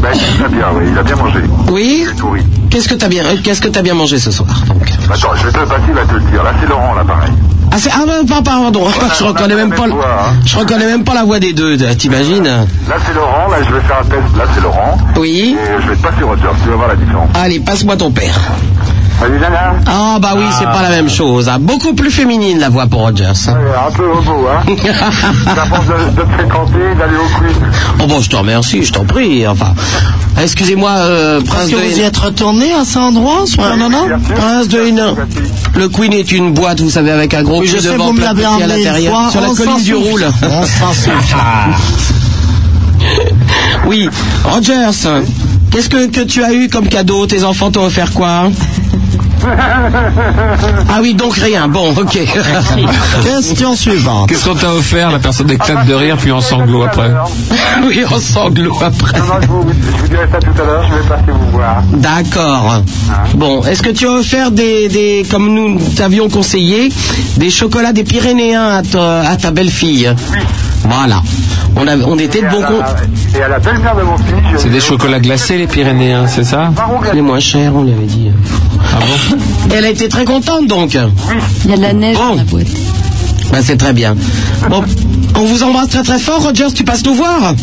Ben, il va bien, oui, il a bien mangé.
Oui
Oui.
Qu'est-ce que t'as bien, euh, qu'est-ce que t'as bien mangé ce soir donc
Attends, je vais te passer, il va te le dire. Là, c'est Laurent, là, pareil.
Ah, c'est, ah, ben, pas- pardon. je reconnais même pas, le- je reconnais même pas la voix des deux, de- t'imagines
hein. Là, c'est Laurent, là, je vais faire un test. Là, c'est Laurent.
Oui. Ah,
Et je vais te passer Roger, tu vas voir la différence.
Allez, passe-moi ton père.
Salut, Nana.
Ah, bah oui, c'est pas la même chose. hein. Beaucoup plus féminine, la voix pour Rogers. hein.
Un peu homo, hein. Ça pense de, de te fréquenter, d'aller au quiz.
Oh, bon, je te remercie, je t'en prie, enfin. Excusez-moi, euh, Prince
Est-ce que
de
vous y
Hénin.
êtes retourné à cet endroit, soir, non, non
Prince de Hénin. Le Queen est une boîte, vous savez, avec un gros
Oui, je
cul
sais,
devant
vous me
plein
l'avez
de petits à
emmené une
l'intérieur.
fois,
Sur la
on s'en
colline du
souffle.
roule. Ah.
On s'en souffle.
oui, Rogers, qu'est-ce que, que tu as eu comme cadeau Tes enfants t'ont offert quoi Ah oui, donc rien. Bon, ok.
Question suivante.
Qu'est-ce qu'on t'a offert La personne éclate de rire, puis on sanglot après.
oui, on sanglot après.
Non, non, je vous, je vous dirai ça tout à l'heure, je vais passer vous voir.
D'accord. Bon, est-ce que tu as offert des, des comme nous t'avions conseillé, des chocolats des Pyrénéens à ta, à ta belle-fille Voilà. On, a- on était de bon compte.
Et à la belle-mère de mon fils, je
C'est des chocolats glacés, les Pyrénéens, c'est ça
Les moins chers, on lui avait dit.
Ah bon
Elle a été très contente donc.
Il y a de la neige dans la boîte.
Ben, c'est très bien. Bon, on vous embrasse très très fort, Rogers. Tu passes nous voir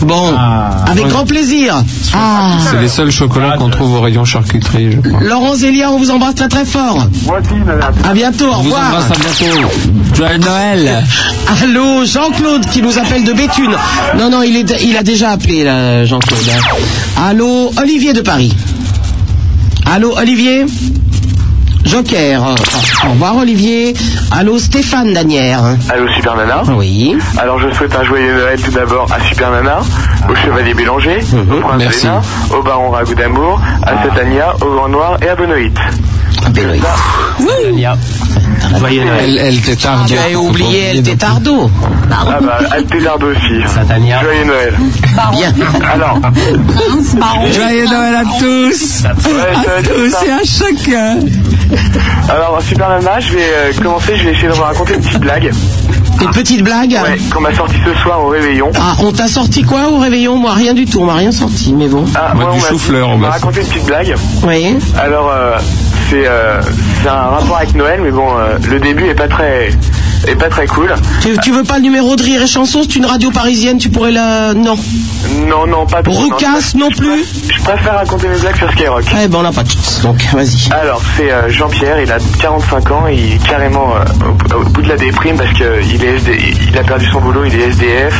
Bon, Ah. avec grand plaisir.
Ah.
C'est les seuls chocolats qu'on trouve au rayon charcuterie, je crois.
Laurent Zélia, on vous embrasse très très fort.
Moi aussi, madame.
À bientôt, au
On vous
revoir.
embrasse à bientôt. Joyeux Noël
Allô, Jean-Claude qui nous appelle de Béthune. Non, non, il, est, il a déjà appelé, là, Jean-Claude. hein. Allô, Olivier de Paris. Allô, Olivier Joker. Au revoir, Olivier. Allô, Stéphane Danière.
Allô Super Nana
Oui.
Alors je souhaite un joyeux Noël tout d'abord à Super Nana, au Chevalier Bélanger,
Mhm.
au Prince
Merci.
Bénin, au Baron Ragout d'Amour,
Ah.
à Satania, au Grand Noir et à Benoît.
Joyeux Noël. Elle, elle t'étarde.
Ah,
Tu avais oublié El Tétardo.
Ah bah, elle t'élarde aussi. Satania. Joyeux Noël.
Bien.
Alors,
Joyeux Noël
Ah,
à tous À tous et à chacun
alors Super Nana, je vais euh, commencer, je vais essayer de vous raconter une petite blague
Une petite blague
ouais, qu'on m'a sortie ce soir au réveillon.
Ah, on t'a sorti quoi au réveillon Moi, rien du tout. On m'a rien sorti, mais bon.
Ah, moi, on
bah,
m'a- on m'a raconté une petite blague.
Oui.
Alors, euh, c'est euh, c'est un rapport avec Noël, mais bon, euh, le début est pas très
et pas très cool.
Tu, tu veux pas le numéro de Rire et Chanson C'est une radio parisienne, tu pourrais la. Non.
Non, non, pas trop.
Roucas non plus
Je préfère raconter mes blagues sur Skyrock.
Eh ben, on n'a pas de chance, donc vas-y.
Alors, c'est euh, Jean-Pierre, il a 45 ans, il est carrément euh, au, bout- au bout de la déprime parce qu'il est SD il a perdu son boulot, il est SDF,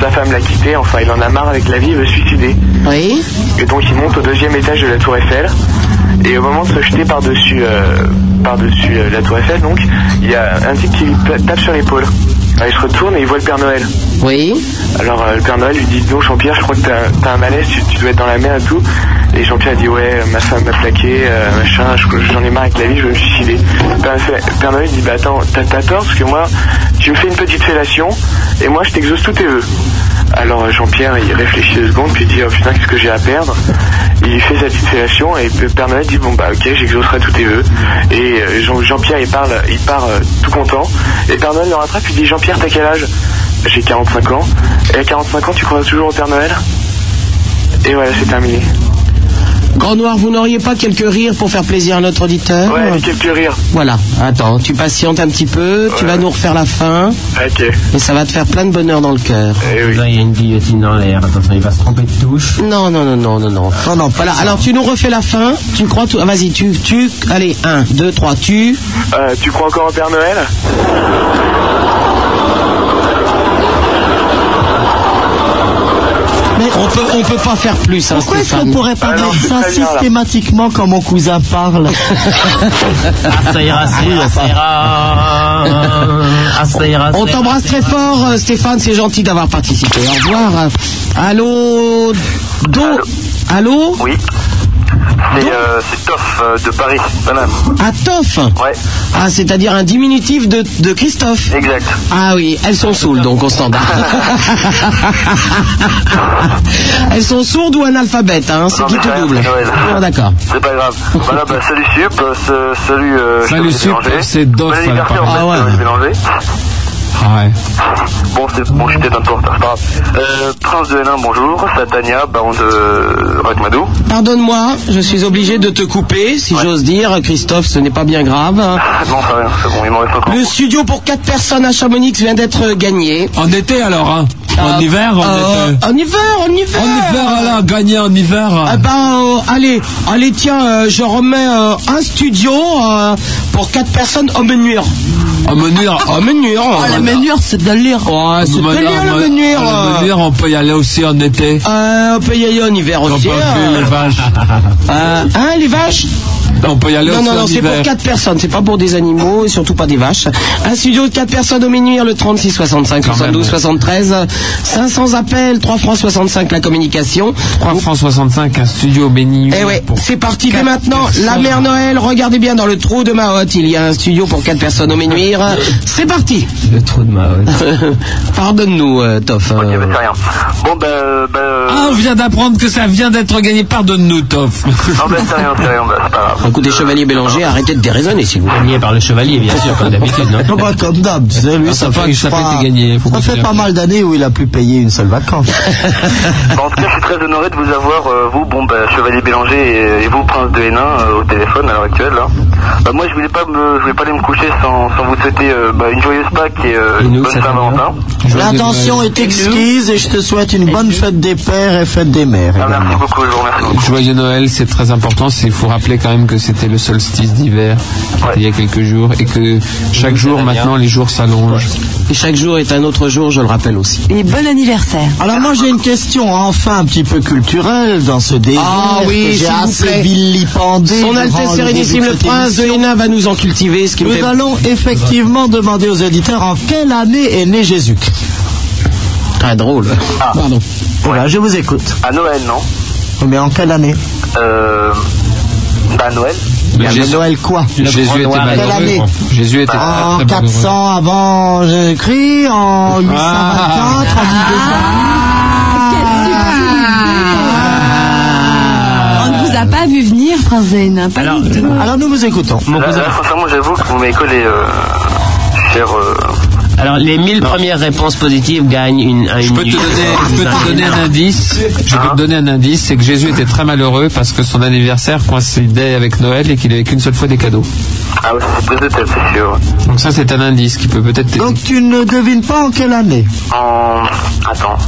sa femme l'a quitté, enfin il en a marre avec la vie, il veut se suicider.
Oui.
Et donc il monte au deuxième étage de la tour Eiffel, et au moment de se jeter par-dessus euh, par-dessus euh, la tour Eiffel, donc, il y a un type qui lui ta- tape sur l'épaule. Alors, Ah, il se retourne et il voit le Père Noël.
Oui.
Alors euh, le Père Noël lui dit non Jean-Pierre je crois que t'as t'as un malaise, tu, tu dois être dans la mer et tout. Et Jean-Pierre dit ouais ma femme m'a plaqué, euh, machin, je- j'en ai marre avec la vie, je veux me suicider. Le Père, le Père Noël dit bah attends, t'as t'as tort parce que moi tu me fais une petite fellation et moi je t'exauce tous tes vœux. Alors euh, Jean-Pierre il réfléchit deux secondes puis il dit oh putain qu'est-ce que j'ai à perdre Il fait sa petite fellation et le Père Noël dit bon bah ok j'exaucerai tous tes vœux. Et euh, Jean- Jean-Pierre il parle, il part euh, tout content. Et Père Noël le rattrape il dit Jean-Pierre t'as quel âge j'ai 45 ans. Et à 45 ans, tu crois toujours au Père Noël Et voilà, c'est terminé.
Grand Noir, vous n'auriez pas quelques rires pour faire plaisir à notre auditeur
Ouais, quelques rires.
Voilà, attends, tu patientes un petit peu, tu vas nous refaire la fin.
Ok. Eh
Et ça va te faire plein de bonheur dans le cœur.
Là, il y a une guillotine dans l'air. Attention, il va se tromper de touche. Oh,
Non, non, non, non, non, non. Non, non, voilà. Alors tu nous refais la fin, tu crois tout. ah, Vas-y, tu, tu. Allez, 1, 2, 3, tu.
Euh, tu crois encore au Père Noël
Mais on peut, on peut pas faire plus, hein,
Pourquoi est-ce
Stéphane.
qu'on pourrait pas dire ça systématiquement quand mon cousin parle
Ah, ça ira, ça ira, ça ira. Ah, ça ira, ça
On
ira.
t'embrasse très fort, euh, Stéphane, c'est gentil d'avoir participé. Au revoir. Allô Do Allô
Oui. C'est euh, c'est Toff euh, de Paris, Paname.
Atof
Ouais.
Ah, c'est-à-dire un diminutif de, de Christophe
Exact.
Ah oui, elles sont saoules, donc au standard. elles sont sourdes ou analphabètes, hein, c'est
Non,
qui
mais c'est
te
rien,
double.
c'est Noël.
Ah, D'accord.
C'est pas grave. Voilà, bah, salut Sup, euh, ce- salut. Euh,
Salut
Chevalier
Sup,
Bélanger.
c'est Doff,
Bon anniversaire, en fait,
ça, le parrain. Ah ouais.
Chevalier Bélanger.
Ah ouais.
Bon, c'est bon, j'étais un peu en retard, c'est pas grave. Euh, Prince de Hénin, bonjour. Satania, baron de Rachmadou.
Pardonne-moi, je suis obligé de te couper, si j'ose dire. Christophe, ce n'est pas bien grave. hein.
Non, ça va, c'est bon, il m'en reste encore.
Ah.
Le studio pour 4 personnes à Chamonix vient d'être gagné.
En été alors, hein
Euh,
En hiver, en
euh,
été.
En hiver, en hiver
En hiver, là, gagner en hiver.
Ah ben, euh, allez, allez, tiens, euh, je remets euh, un studio euh, pour 4 personnes au menu.
Au menu
Au menu
Oh, la menure, c'est de l'allure.
Ah,
c'est
au
très
menu-
bien, le
au-
menu,
au
euh.
menu, on peut y aller aussi en été.
Euh, on peut y aller en hiver
On
aussi.
peut
hein.
les vaches.
Euh, hein, les vaches
On peut y aller
non,
aussi
non,
en
non, c'est
hiver.
pour 4 personnes, c'est pas pour des animaux et surtout pas des vaches. Un studio de 4 personnes au Ménuire, le 36 65 72 73, 500 appels, 3 francs 65 la communication.
3 francs 65, un studio béni.
Eh ouais, c'est parti dès maintenant. La mère Noël, regardez bien dans le trou de Mahotte, il y a un studio pour 4 personnes au Ménuire. C'est parti
Le trou de Mahotte.
Pardonne-nous, euh, Toff. euh.
C'est rien. Bon, bah, euh, bah, euh,
Ah, on vient d'apprendre que ça vient d'être gagné. Pardonne-nous, Toff.
non, bah, c'est rien, c'est rien, bah, c'est pas grave.
Écoutez, Chevalier Bélanger, arrêtez de déraisonner, si vous voulez.
Gagné par le chevalier, bien sûr, comme d'habitude. non
Non, bah, comme d'hab, tu sais, lui,
Ah,
ça,
ça fait-
fait,
ça fait
pas,
t'es gagné, faut
ça
continuer.
fait pas mal d'années où il a plus payé une seule vacance.
Bah, en tout cas, je suis très honoré de vous avoir, euh, vous, bon, bah, Chevalier Bélanger et, et vous, Prince de Hénin, euh, au téléphone à l'heure actuelle. Là. Bah, moi, je voulais pas me, je voulais pas aller me coucher sans, sans vous souhaiter euh, bah, une joyeuse Pâques et, euh, une bonne Saint-Valentin.
L'attention est exquise et je te souhaite une bonne fête des pères et fête des mères.
Ah, Merci beaucoup, je vous remercie.
Joyeux Noël, c'est très important. Il faut rappeler quand même que c'était le solstice d'hiver qui était il y a quelques jours et que chaque jour maintenant les jours s'allongent.
Et chaque jour est un autre jour, je le rappelle aussi.
Et bon anniversaire.
Alors moi j'ai une question enfin un petit peu culturelle dans ce délire
Ah oui,
que j'ai
s'il vous
assez
plaît.
vilipendé.
Son
durant
Altesse
le
Sérénissime
début de
le
cette
Prince de Hénin va nous en cultiver, ce qui me
Nous
fait-
allons effectivement demander aux auditeurs en quelle année est né Jésus.
Très drôle. Pardon.
Voilà, je vous écoute.
À Noël, non
Mais en quelle année
euh, Bah, Noël
Mais
Mais
Jésus-
Noël quoi
Jésus était
En
malheureux,
quelle année
quoi. Jésus était
En
très, très malheureux. Ah.
400 avant Jésus-Christ, en 824, en 1200.
On ne vous a pas vu venir, Prince Zéna. Pas du tout.
Alors nous vous écoutons.
là, là,
Euh,
sincèrement, j'avoue que vous m'avez collé, euh, cher. euh,
Alors, les 1000 premières réponses positives gagnent une. une
Je peux te donner, je peux
Ah,
te donner un indice. Je peux te donner un indice, c'est que Jésus était très malheureux parce que son anniversaire coïncidait avec Noël et qu'il avait qu'une seule fois des cadeaux.
Ah ouais, c'est prise de tête, c'est sûr.
Donc ça, c'est un indice qui peut peut-être...
Donc tu ne devines pas en quelle année
En. Attends.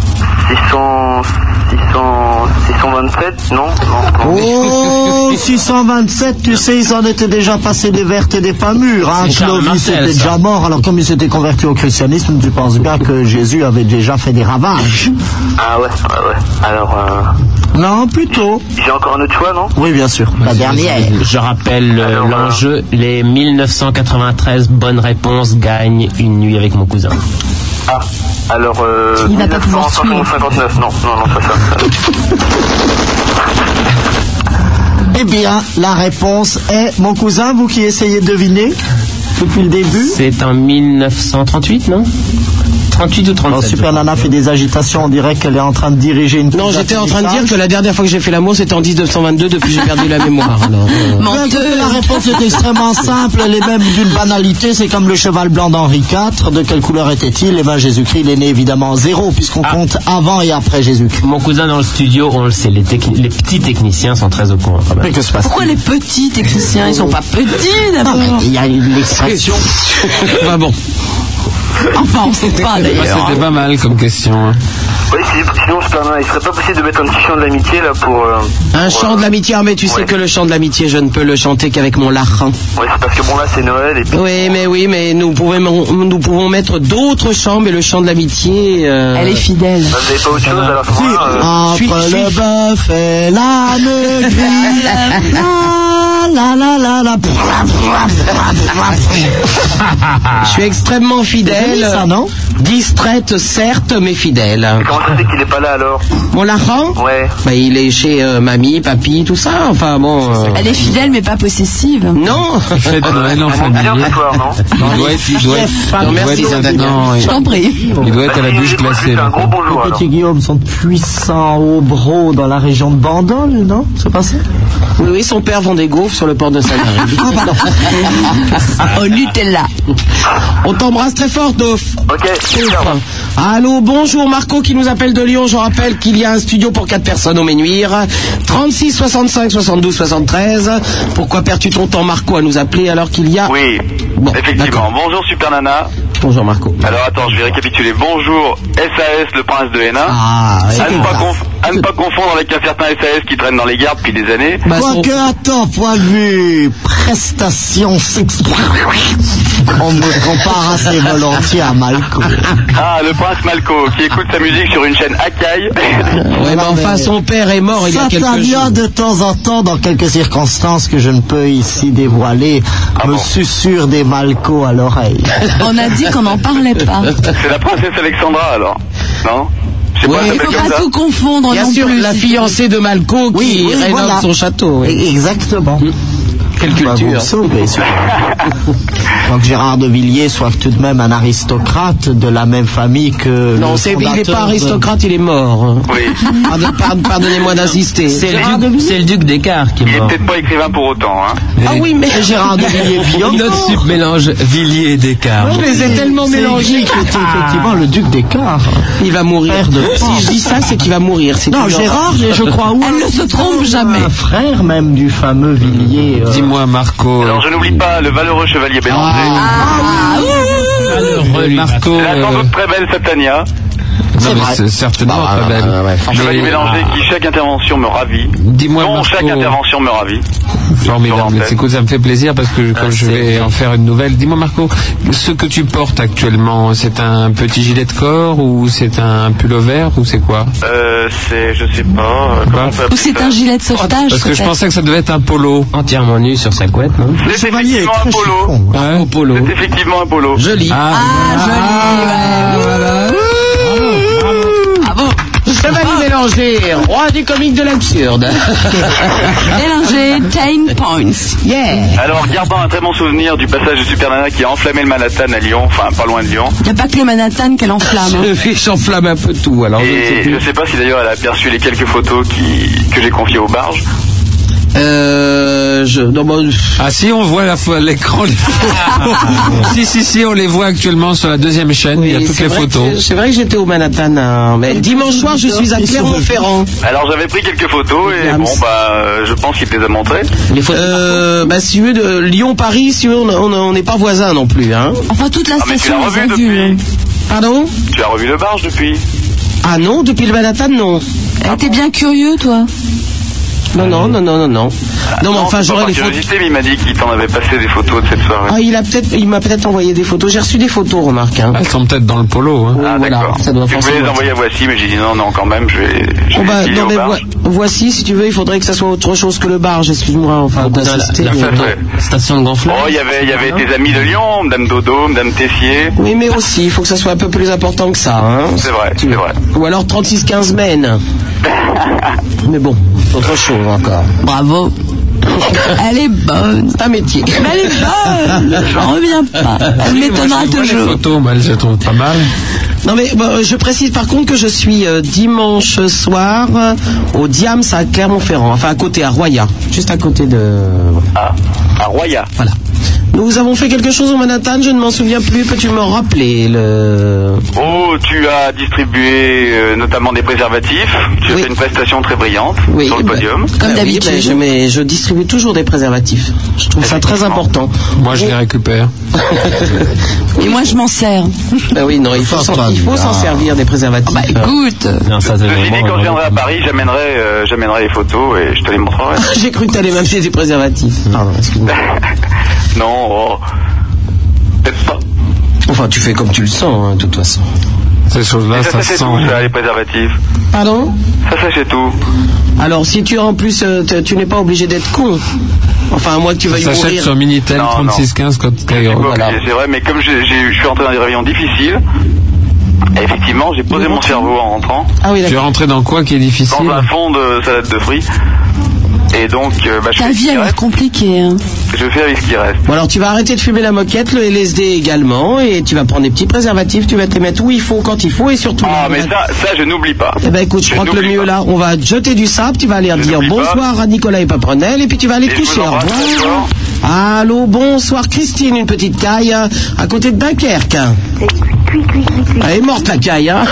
600. 600. 627, non Non, non.
Oh, 627, tu sais, ils en étaient déjà passés des vertes et des pas mûres. Hein.
C'est Charles
Clovis
Martel,
était
ça.
déjà mort, alors comme il s'était converti au christianisme, tu penses bien que Jésus avait déjà fait des ravages.
Ah ouais, ouais, ouais. Alors. euh,
Non, plutôt.
J'ai encore un autre choix, non
Oui, bien sûr.
Bah,
La dernière.
Je rappelle euh, l'enjeu, les 1993 bonnes réponses gagnent une nuit avec mon cousin.
Ah. Alors. Euh,
Il va pas pouvoir
1959, non, non, non, pas ça.
Eh bien, la réponse est, mon cousin, vous qui essayez de deviner depuis le début
C'est en 1938, non 38 ou 37
Alors, Super Nana fait des agitations, on dirait qu'elle est en train de diriger une...
Non, j'étais en train de dire que la dernière fois que j'ai fait l'amour, c'était en 1922, depuis j'ai perdu la mémoire. alors, euh,
Bien que La réponse est extrêmement simple, elle est même d'une banalité, c'est comme le cheval blanc d'Henri IV. De quelle couleur était-il Eh bien, Jésus-Christ, il est né évidemment en zéro, puisqu'on compte avant et après Jésus-Christ.
Ah. Mon cousin dans le studio, on le sait, les, techni- les petits techniciens sont très au courant. quand même.
Mais que se passe
Pourquoi les petits techniciens Ils sont pas petits
Ah,
d'abord.
Il y a une expression.
Bah bon.
Enfin, on sait
Ah,
pas d'ailleurs.
Ah,
hein.
C'était pas mal comme question. hein.
Oui, si- sinon, c'est pas mal. Il serait pas possible de mettre un petit chant de l'amitié, là, pour. euh,
Un chant de l'amitié, ah, mais tu sais que le chant de l'amitié, je ne peux le chanter qu'avec mon larrin.
euh,
Ouais, c'est parce que bon, là, c'est Noël et puis.
Oui, mais oui, mais nous pouvons, nous pouvons mettre d'autres chants, mais le chant de l'amitié. euh,
Elle est fidèle.
Vous avez pas autre chose à la fin
Ah,
Ah,
Entre le bœuf et l'âne gris. La la la la la.
Je suis extrêmement fidèle.
C'est ça, non
Distraite, certes, mais fidèle.
Comment ça fait qu'il est pas là alors
Mon larron
Ouais.
Bah, il est chez euh, mamie, papy, tout ça. Enfin bon. euh,
Elle est fidèle mais pas possessive.
Non
Faites Noël en famille. Non, il doit être, il doit être,
Pardon,
il doit
merci,
être-
Jean-Daniel.
non, il-
Je t'en prie.
il doit être à la bûche glacée. là.
Les petits Guillaume sont puissants au bro dans la région de Bandol, non C'est pas ça
Oui, oui, son père vend des gaufres sur le port de Sanary.
Ah, pardon.
Ah, oh,
Au Oh, Nutella.
On t'embrasse très fort, Dof.
Ok.
Allô, bonjour Marco qui nous appelle de Lyon. Je rappelle qu'il y a un studio pour 4 personnes au Ménuire. 36 65 72 73. Pourquoi perds-tu ton temps, Marco, à nous appeler alors qu'il y a...
Oui, effectivement. Bonjour Super Nana.
Bonjour Marco.
Alors attends, je vais récapituler. Bonjour SAS, le prince de Hénin.
Ah,
à, ne pas conf- à ne pas confondre avec un certain SAS qui traîne dans les gardes depuis des années.
Bah,
Quoique, attends, point de vue prestation sexuelle, on me compare assez volontiers à Malco.
Ah, le prince Malco qui écoute sa musique sur une chaîne Akai.
Ouais, mais enfin, son père est mort il y a
Ça
quelques
vient
jours.
de temps en temps, dans quelques circonstances que je ne peux ici dévoiler, me susurre des Malco à l'oreille.
On a dit qu'on n'en parlait pas.
C'est la princesse Alexandra alors, non Je sais pas, ça
Oui.
s'appelle comme ça.
confondre
Bien
non
sûr,
plus,
la
si
fiancée de Malco qui
Oui, oui,
rénove
voilà.
son château. oui.
E-,
Hum.
Exactement.
Quelle
Bah, vous
culture.
me sauvez, surtout. Donc Gérard de Villiers soit tout de même un aristocrate de la même famille que.
Non,
le
c'est, il n'est
fondateur
pas
de-
aristocrate, il est mort. hein. Pardon- pardon- pardonnez-moi d'insister.
C'est
Gérard
le, duc- c'est le duc d'Écart qui est
Il est
mort.
peut-être pas écrivain pour autant, hein.
Ah oui, mais Gérard de
Une
Villiers-Villon.
autre submélange Villiers et Descartes.
Je les ai Ah, tellement
C'est
mélangés.
écrit que c'est effectivement le duc d'Écart.
Il va mourir.
Frère de
Si je dis ça, c'est qu'il va mourir. c'est
Non,
une
Gérard,
horreur.
je je crois, ou
Elle ne se trompe jamais.
un frère même du fameux Villiers. euh,
Dis-moi, Marco.
Alors je n'oublie pas le valeureux chevalier Bélanger.
Ah.
euh, Marco.
La sans
euh,
doute très belle Satania.
Non, mais
vrai.
c'est certainement pas belle.
Chevalier
Mais-
Bélanger qui chaque intervention me ravit.
Dis-moi,
Dont chaque
Marco.
intervention me ravit.
Formidable.
Sur
Écoute, ça me fait plaisir parce que comme je vais en faire une nouvelle, dis-moi, Marco, ce que tu portes actuellement, c'est un petit gilet de corps ou c'est un pullover ou c'est quoi
Euh, c'est, je sais pas. euh,
Bah,
comment on peut
Ou
appeler
c'est
ça
un gilet de sauvetage
Parce que je
peut-être.
pensais que ça devait être un polo.
Entièrement nu sur sa couette, non
C'est effectivement un polo.
Hein
Au polo.
C'est effectivement un polo.
Joli.
Ah, joli.
Mmh.
ouais. Bravo.
Chevalier Bélanger, roi du comique de l'absurde.
Mélanger 10 points.
Yeah.
Alors, gardant un très bon souvenir du passage de Super Nana qui a enflammé le Manhattan à Lyon, enfin pas loin de Lyon.
Il n'y a pas que le Manhattan qu'elle enflamme. hein.
J'enflamme un peu
Ah,
tout. Alors, je ne sais
Et
plus.
je sais pas si d'ailleurs elle a aperçu les quelques photos qui, que j'ai confiées aux barges.
Euh, je, non, bon,
Ah si, on voit la fo- l'écran. les photos. si, si, si, on les voit actuellement sur la deuxième chaîne. il y a
Oui,
toutes
c'est
les
vrai que
photos.
j'ai- C'est vrai que j'étais au Manhattan. hein, mais dimanche soir, je suis à Clermont-Ferrand.
Alors j'avais pris quelques photos et bon bah euh, je pense qu'il te les a montrées.
Euh, bah, si tu veux, de Lyon-Paris, si tu veux, on- on on n'est pas voisins non plus. Hein.
Enfin, toute la
Ah, mais tu l'as
station
revu
les a vus. hein.
Pardon
Tu as revu le barge depuis
Ah non, depuis le Manhattan, non.
Euh, T'es bien curieux, toi
Non, non, non, non, non, non. Non, mais enfin,
c'est pas
j'aurais
par
les photos.
curiosité, mais il m'a dit qu'il t'en avait passé des photos de cette soirée.
Ah, il a peut-être, il m'a peut-être envoyé des photos. J'ai reçu des photos, remarque. Hein.
Elles sont peut-être dans le polo. Hein.
Ah, d'accord.
ça doit
tu voulais les envoyer à voici, mais j'ai dit non, non, quand même, je vais. Je
Bon,
vais
bah,
filer
non,
au
mais
barge.
vo- voici, si tu veux, il faudrait que ça soit autre chose que le barge, excuse-moi,
Ah,
enfin, d'insister.
la- la- la-
Station de gonflage.
Oh, il y avait, il y avait tes amis de Lyon, Madame Dodo, Madame Tessier.
Oui, mais aussi, il faut que ça soit un peu plus important que ça. Hein.
C'est vrai, c'est vrai.
Ou alors 36-15 mènes. mais bon, autre chose encore.
Bravo. Elle est bonne.
C'est un métier.
Mais elle est bonne. J'en Bah, reviens pas. Ah, Elle m'étonnera
Les
toujours.
photos, moi, je les trouve pas mal.
Non mais bon, je précise par contre que je suis euh, dimanche soir euh, au Diams à Clermont-Ferrand, enfin à côté à Roya, juste à côté de.
Ah, à Roya.
Voilà. Nous avons fait quelque chose au Manhattan, je ne m'en souviens plus. Peux-tu me rappeler le
Oh, tu as distribué euh, notamment des préservatifs. Tu as fait une prestation très brillante sur le podium.
Bah oui, mais je, mais je distribue toujours des préservatifs. Je trouve ça très important. Oh.
Moi, je les récupère.
Et moi, je m'en sers.
Bah oui, non, il faut s'en il faut s'en servir des préservatifs.
écoute.
Non, ça, c'est
Ceci dit, quand je viendrai à Paris, j'amènerai, euh, j'amènerai les photos et je te les montrerai.
J'ai cru que t'allais m'amener des préservatifs. Pardon, excuse-moi.
non, oh. peut-être pas.
Enfin, tu fais comme tu le sens, hein, de toute façon.
Ces choses-là,
Et ça, c'est tout, ça, les préservatifs.
Pardon
Ça, ça, c'est tout.
Alors, si tu en plus, euh, t- tu n'es pas obligé d'être con. Enfin, à moins que tu
Ça
veuilles
s'achète
mourir.
sur Minitel
Non, non.
3615 quand
J'ai pas
voilà.
oublié, C'est vrai, mais comme j'ai- j'ai- je suis rentré dans des réveillons difficiles, effectivement, j'ai posé mon cerveau en rentrant.
Ah
Ah
Tu es rentré dans quoi qui est difficile
dans un fond de salade de fruits. Et donc, euh, bah, je,
Ta
fais,
vie, elle est compliquée. hein.
je fais avec ce qui reste.
Bon, alors tu vas arrêter de fumer la moquette, le LSD également, et tu vas prendre des petits préservatifs, tu vas te les mettre où il faut, quand il faut, et surtout.
Ah, mais ça, ça, je n'oublie pas.
Eh ben écoute, je, crois que le mieux là, on va te jeter du sable, tu vas aller dire bonsoir à Nicolas et Paprenel, et puis tu vas aller te coucher. Au revoir. Allô, bonsoir Christine, une petite caille euh, à côté de Dunkerque. Elle est morte la caille, hein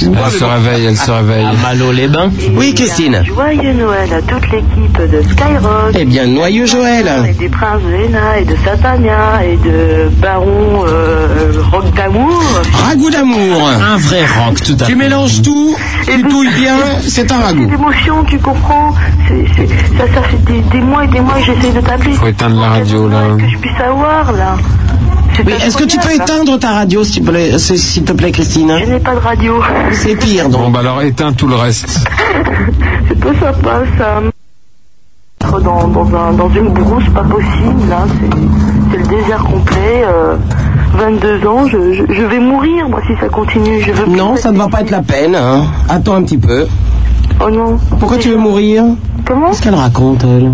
Elle se réveille, elle se réveille. À
Malo les bains. Oui, Christine.
Joyeux Noël à toute l'équipe de Skyrock.
Eh bien, noyeux Joël.
Et des princes de Hénin et de Satania et de Baron euh, Rock d'amour.
Ragoût d'amour.
Un vrai rock, tout à
Tu mélanges tout, tu touilles bien, c'est un ragoût.
Émotion, tu comprends C'est- c'est- Ça, ça fait des, des mois et des mois que j'essaie de t'appeler.
Faut éteindre la radio là.
Je puisse savoir, là.
Oui, est-ce que tu peux éteindre ta radio, s'il te plaît, s- s'il te plaît Christine hein
Je n'ai pas de radio.
C'est pire, donc.
Bon bah alors éteins tout le reste.
C'est pas sympa, ça. Être Dans, dans, un- dans une brousse, pas possible, là. C'est- C'est le désert complet. euh, 22 ans, je, je- je vais mourir, moi, si ça continue. Je veux
Non, ça ne va pas être la peine. hein. Attends un petit peu.
Oh non.
Pourquoi tu veux mourir
Comment
Qu'est-ce qu'elle raconte, elle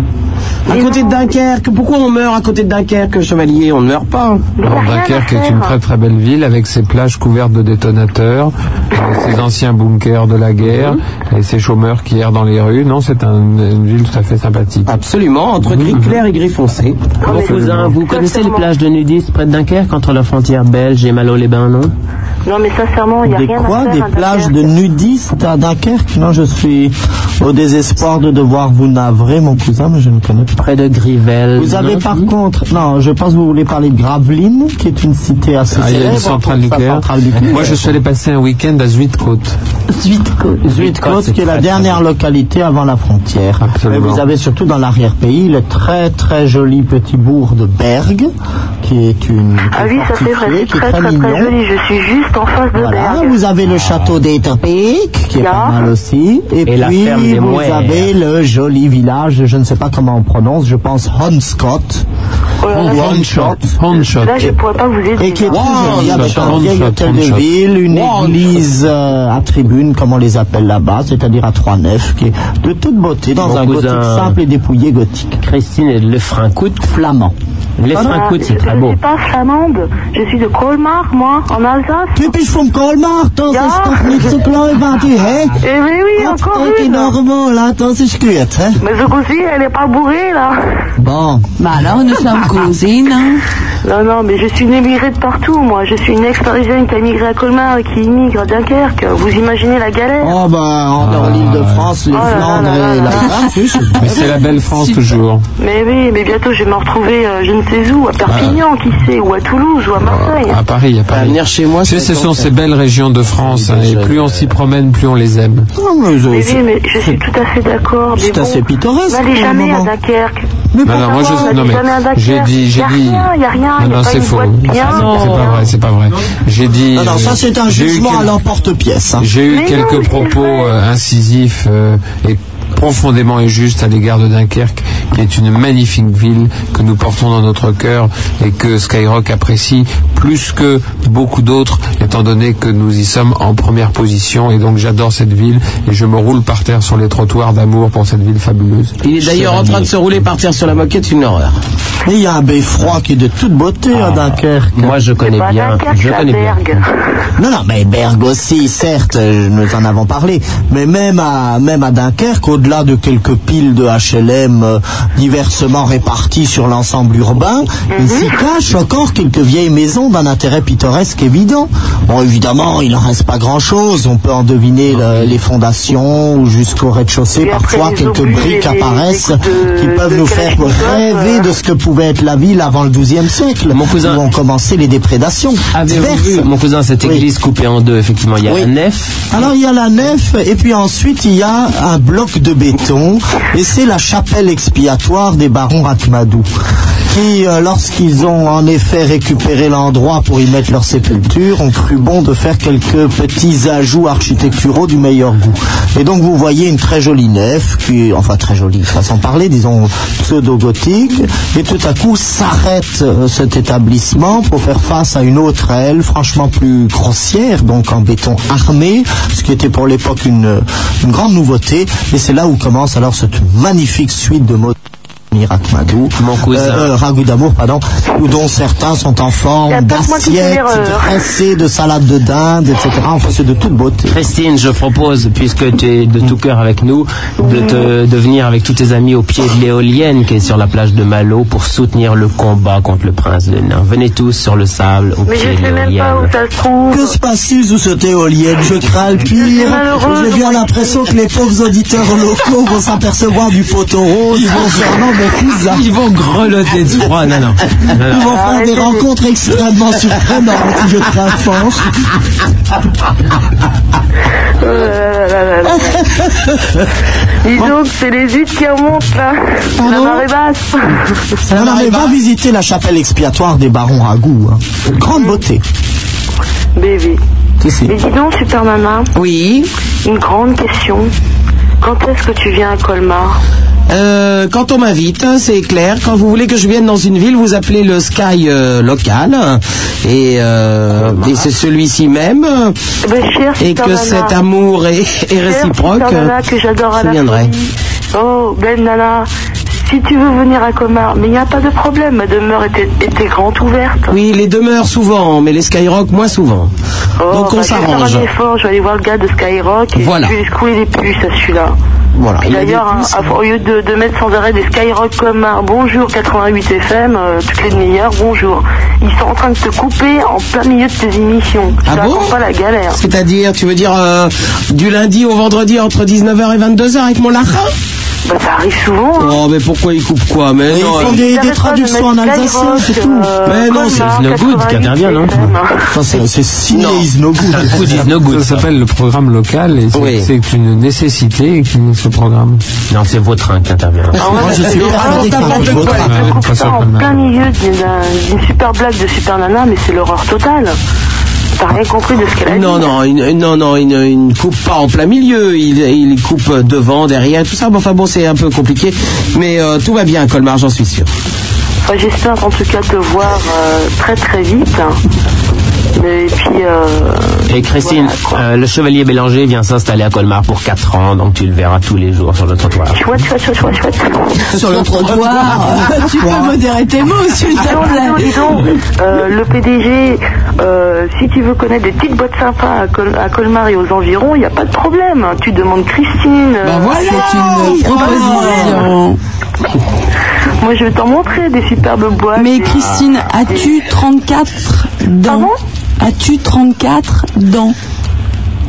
À côté de Dunkerque, pourquoi on meurt à côté de Dunkerque, chevalier On ne meurt pas.
Alors, Dunkerque est une très très belle ville avec ses plages couvertes de détonateurs, euh, ses anciens bunkers de la guerre et ses chômeurs qui errent dans les rues. Non, c'est un- une ville tout à fait sympathique.
Absolument, entre
Mhm.
gris clair et gris foncé.
Mon cousin, vous connaissez les plages de nudistes près de Dunkerque, entre la frontière belge et Malo-les-Bains, non
Non, mais sincèrement, il n'y a
Eh ben, Des
rien à
quoi
faire.
Des
à
plages de nudistes à Dunkerque Non, je suis au désespoir de devoir vous navrer, mon cousin, mais je ne connais pas.
Près de Grivel.
Vous avez
non
par contre, non, je pense que vous voulez parler de Gravelines, qui est une cité assez
Ah, il y a
célèbre
une centrale
pour sa
nucléaire.
centrale nucléaire.
Moi, je suis allé passer un week-end à Zuidcote.
Zuidcote, qui est la dernière localité avant la frontière.
Absolument.
Mais vous avez surtout dans l'arrière-pays le très très joli petit bourg de Berg, qui est une
Ah oui, ça c'est vrai,
fortifiée,
c'est
qui est
très très très,
mignon.
joli. Je suis juste en face de
Voilà,
Berg.
vous avez le château d'Etterbeek, qui est pas mal aussi. Et,
la
puis,
ferme des
vous
Mouères.
avez le joli village, je ne sais pas comment on prononce, je pense Homscott. ou Honshot.
Là, je ne pourrais pas vous aider.
Et qui est
là.
très joli, avec un
Honshot,
vieil hôtel de
Honshot.
ville, une église euh, à tribune, comme on les appelle là-bas, c'est-à-dire à trois nefs, qui est de toute beauté, dans
Mon
un
cousin-
gothique simple et dépouillé gothique.
Christine est le Francoute.
Flamand.
Ah,
Laisse-moi un coup de- c'est très
Je ne
beau.
suis pas flamande, je suis de Colmar, moi, en Alsace. Tu bist vom Colmar,
Das ist doch nicht so gläubig, hä?
Eh oui, oui, encore
Und die
une.
Normand, là, das ist gut, hä?
Mais ce coup-ci, elle n'est pas bourrée, là.
hein? Bon.
Bah alors, nous sommes cousines. hein.
Non, non, mais je suis une émigrée de partout, moi. Je suis une ex-parisienne qui a immigré à Colmar et qui immigre à Dunkerque. Vous imaginez la galère
Oh, bah, en dans
Ah.
l'île de France, les
Oh là là
Flandres
là
et la
là là.
France. hein,
Mais c'est la belle France toujours.
Mais oui, mais bientôt, je vais me retrouver euh, je ne sais où, à Perpignan, qui sait, ou à Toulouse, ou à Marseille.
À Paris, à Paris.
venir chez moi.
Tu sais, ce sont ces belles régions de France. hein, et plus on s'y promène, plus on les aime.
Mais oui, mais je suis tout à fait d'accord. mais
C'est
bon,
assez pittoresque,
N'allez
pour le
jamais à
moment.
Dunkerque.
Mais Non, non, moi, je- non, mais j'ai dit- j'ai dit-
Il n'y a rien, il n'y a rien.
Non,
y a
non,
pas
c'est
une
faux.
boîte
C'est
bien, y a
pas
rien.
vrai, c'est pas vrai. J'ai dit.
Non, non, ça, c'est un
j'ai eu
jugement
quel-
à l'emporte-pièce. hein.
J'ai eu quelques propos euh, incisifs euh, et profondément injustes à l'égard de Dunkerque, qui est une magnifique ville que nous portons dans notre cœur et que Skyrock apprécie plus que beaucoup d'autres, étant donné que nous y sommes en première position. Et donc j'adore cette ville et je me roule par terre sur les trottoirs d'amour pour cette ville fabuleuse.
Il est d'ailleurs en train de se rouler par terre sur la moquette, c'est une horreur.
Mais il y a un beffroi qui est de toute beauté à Dunkerque.
Ah. Moi, je connais
pas
bien.
Dunkerque,
Je
c'est
connais
à
bien.
Berg. Non, non, mais Berg aussi, certes, euh, nous en avons parlé, mais même à, même à Dunkerque, au-delà de quelques piles de HLM euh, diversement réparties sur l'ensemble urbain,
Mhm.
il s'y cache encore quelques vieilles maisons d'un intérêt pittoresque évident. Bon, évidemment, il n'en reste pas grand-chose, on peut en deviner le- les fondations ou jusqu'au rez-de-chaussée, parfois
les
quelques
obus et
briques
les- les
apparaissent qui peuvent
de
nous faire
Kalachnikov,
rêver de ce que pouvait être la ville avant le XIIe siècle, où ont commencé les déprédations
Avez-vous
diverses.
vu, mon cousin, cette église coupée en deux, effectivement, il y a
Oui.
la nef.
Alors il y a la nef et puis ensuite il y a un bloc de béton et c'est la chapelle expiatoire des barons Ratmadou qui, euh, lorsqu'ils ont en effet récupéré l'endroit pour y mettre leur sépulture, ont cru bon de faire quelques petits ajouts architecturaux du meilleur goût. Et donc vous voyez une très jolie nef, qui, enfin très jolie, façon de parler, disons pseudo-gothique, et tout à coup s'arrête euh, cet établissement pour faire face à une autre aile, franchement plus grossière, donc en béton armé, ce qui était pour l'époque une, une grande nouveauté. Et c'est là où commence alors cette magnifique suite de mots. Mirakmadou, euh, euh, ragoût d'amour, pardon, ou dont certains sont en
Y a
forme
pas que moi qui euh,
d'assiettes,
fais l'erreur.
de tressées, de salades de dinde, etc. Enfin, c'est de toute beauté.
Christine, je propose, puisque tu es de tout cœur avec nous, de, te, de venir avec tous tes amis au pied de l'éolienne qui est sur la plage de Malo pour soutenir le combat contre le prince de Nain. Venez tous sur le sable au
Mais
pied
je
de
sais même
l'éolienne.
pas où ça se trouve.
Que se passe-t-il sous cette éolienne Je crains le pire.
malheureuse.
J'ai bien l'impression que les pauvres auditeurs locaux vont s'apercevoir du poteau rose concernant mon cousin.
Ils vont grelotter de froid, non, non. Non, non.
Ils vont faire
Ah,
des rencontres extrêmement surprenantes, je crains fort.
Euh, Dis donc, c'est les huîtres qui remontent, là. La marée basse.
On n'avait pas visité la chapelle expiatoire des barons Ragout. hein. Grande beauté.
Bébé.
Si, si.
Mais dis donc, Super Nana.
Oui.
Une grande question. Quand est-ce que tu viens à Colmar
Euh, quand on m'invite, hein, c'est clair. Quand vous voulez que je vienne dans une ville, vous appelez le Sky euh, local. hein, Et, euh, et c'est celui-ci même. euh,
Bah,
et que
Nana.
cet amour est, est
Chère
réciproque.
Super Nana,
euh,
que j'adore à
je
la
viendrai.
folie. Oh, belle Nana. Si tu veux venir à Colmar, mais il n'y a pas de problème, ma demeure était, était grande ouverte.
Oui, les demeures souvent, mais les Skyrock moins souvent. Donc on
bah, Je
s'arrange.
vais faire un effort, je vais aller voir le gars de Skyrock et
Voilà.
je vais lui secouer les puces à celui-là.
Voilà.
Puis
il y a des
D'ailleurs, hein,
puces.
à- au lieu de, de mettre sans arrêt des Skyrock comme un bonjour 88 FM, euh, toutes les demi-heures, bonjour. Ils sont en train de te couper en plein milieu de tes émissions. Je
Ah
te
bon
raconte pas la galère.
C'est-à-dire, tu veux dire euh, du lundi au vendredi entre 19h et 22h avec mon larin
Bah ça arrive souvent.
Oh mais pourquoi ils coupent quoi Mais
Ils
non,
font
euh,
des, des
T'arrêtes pas de
traductions en
mettre
alsacien,
Skyrock,
c'est tout.
euh,
Mais non, c'est
Colmar,
Snow Good hein. qui
88
intervient, non
FM.
Ça, c'est- C'est signé Isno Good.
Ça s'appelle le programme local et c'est c'est une nécessité qui nous ce programme.
Non, c'est Vautrin qui intervient. Euh,
Ah ouais,
Moi, je suis
mais
pas
vraiment,
avec
t'as
moi,
pas
je
de
vote
quoi,
pas.
ils te
Ouais,
coupent
pas sur
ça en
Colmar.
plein milieu d'une euh, d'une super blague de Super Nana, mais c'est l'horreur totale. T'as rien compris de ce qu'elle a dit.
Non, non, une, une- non, non, il ne il ne coupe pas en plein milieu. Il, il coupe devant, derrière, tout ça. Bon, enfin bon, c'est un peu compliqué. Mais euh, tout va bien, Colmar, j'en suis sûr.
Enfin, J'espère en tout cas te voir euh, très très vite. Mais, et puis, euh,
Et Christine, euh, le chevalier Bélanger vient s'installer à Colmar pour 4 ans, donc tu le verras tous les jours sur le trottoir.
chouette, chouette, chouette, chouette, chouette.
Sur le trottoir, tu peux modérer tes mots, s'il te
Attends, attends, dis
plaît.
donc, euh, le PDG, euh, si tu veux connaître des petites boîtes sympas à, Col- à Colmar et aux environs, il n'y a pas de problème. Tu demandes Christine. euh,
Bah C'est une proposition.
Moi, je vais t'en montrer des superbes boîtes.
Mais Christine, as-tu 34 dents As-tu 34 dents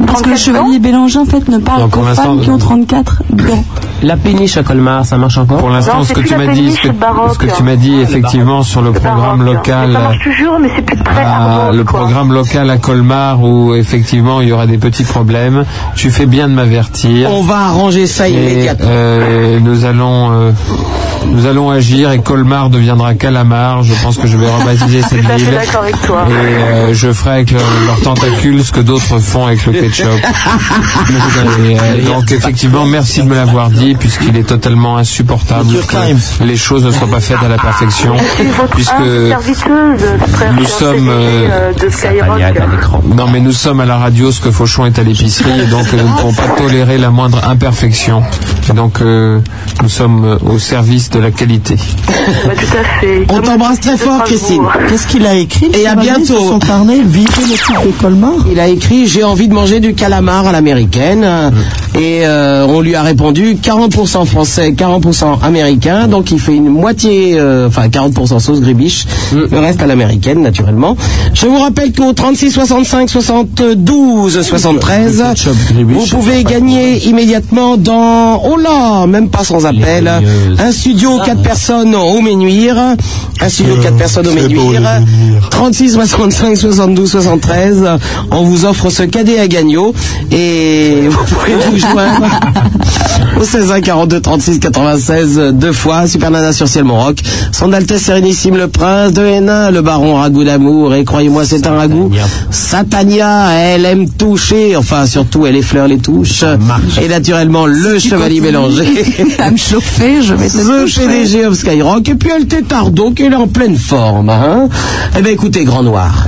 Parce que le chevalier Bélanger, en fait, ne parle
Donc,
qu'aux
pour l'instant, euh,
femmes qui ont 34 dents.
La péniche à Colmar, ça marche encore Ah,
Pour l'instant, ce que tu m'as dit, ce que, ce que tu m'as dit effectivement sur le programme local.
toujours, mais c'est plus
Ah, le programme local à Colmar où effectivement il y aura des petits problèmes. Tu fais bien de m'avertir.
On va arranger ça
Et,
immédiatement.
euh, nous allons, euh, nous allons agir et Colmar deviendra Calamar. Je pense que je vais rebaptiser cette
Je suis
ville.
d'accord avec toi.
Et euh, je ferai avec le- leurs tentacules ce que d'autres font avec le ketchup. Et, euh, donc effectivement, merci de me l'avoir dit, puisqu'il est totalement insupportable que les choses ne soient pas faites à la perfection, puisque
Humble serviteuse, frère.
nous sommes euh, non mais nous sommes à la radio ce que Fauchon est à l'épicerie et donc euh, nous ne pouvons pas tolérer la moindre imperfection et donc euh, nous sommes euh, au service de la qualité
On t'embrasse très fort, Christine.
Qu'est-ce qu'il a écrit
Et à
Chevalier, sur
bientôt.
son carnet Vivez le truc de Colmar.
Il a écrit J'ai envie de manger du calamar à l'américaine.
Mm.
Et euh, on lui a répondu 40% français, 40% américain. Donc il fait une moitié, euh, enfin 40% sauce gribiche.
Mm.
Le reste à l'américaine, naturellement. Je vous rappelle qu'au 36 65 72 73, vous pouvez gagner immédiatement dans. Oh là Même pas sans appel. Un studio 4 personnes au Ménuire. Un studio 4 personnes au Ménuire. 36 65 72 73. On vous offre ce cadet à Gagno et vous pouvez vous joindre au 16 1 42 36 96 deux fois Super Nana sur ciel Montroc. Son Altesse Sérénissime le Prince de Hénin, le Baron Ragout d'amour et croyez-moi c'est un ragout. Satania, elle aime toucher, enfin surtout elle effleure les touches et naturellement le Chevalier Bélanger.
À me chauffer, je vais te
Le
toucher.
PDG of Skyrock et puis elle tétardo qui est en pleine forme. Hein eh bien écoutez, Grand Noir.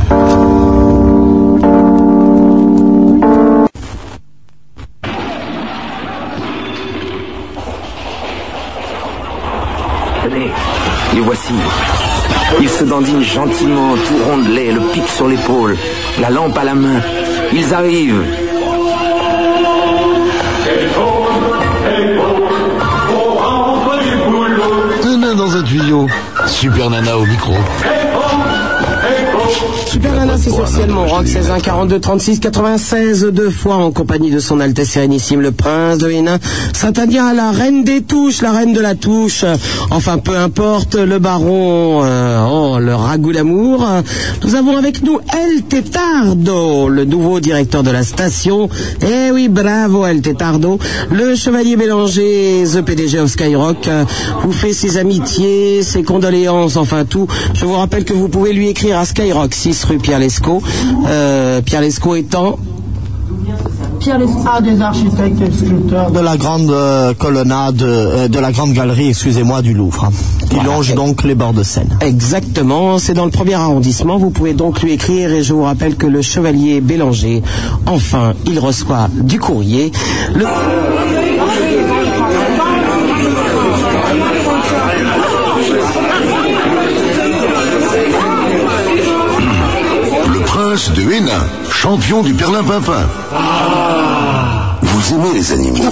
Tenez, les voici. Ils se dandinent gentiment, tout rondelés, le pic sur l'épaule, la lampe à la main. Ils arrivent.
Deux nains dans un tuyau. Super Nana au micro.
Super Nana, c'est sur Ciel, mon rock, 16 1 42 36 96 deux fois en compagnie de son Altesse Sérénissime le Prince de Hénin, Saint-Adien, la reine des touches, la reine de la touche, euh, enfin peu importe, le baron, euh, oh, le ragoût d'amour. Euh, Nous avons avec nous El Tetardo, le nouveau directeur de la station. Eh oui, bravo El Tetardo, le chevalier Bélanger, The PDG of Skyrock, euh, vous fait ses amitiés, ses condoléances, enfin tout. Je vous rappelle que vous pouvez lui écrire à Skyrock 6 rue Pierre Lescaut. Euh, Pierre Lescaut étant
Pierre Lestat, des architectes et sculpteurs de la grande euh, colonnade, euh, de la grande galerie, excusez-moi, du Louvre, hein, qui longe donc les bords de Seine.
Exactement, c'est dans le premier arrondissement. Vous pouvez donc lui écrire et je vous rappelle que le chevalier Bélanger, enfin, il reçoit du courrier. Le...
Le prince de Hénin, champion du Perlin-Pimpin. Vous aimez les animaux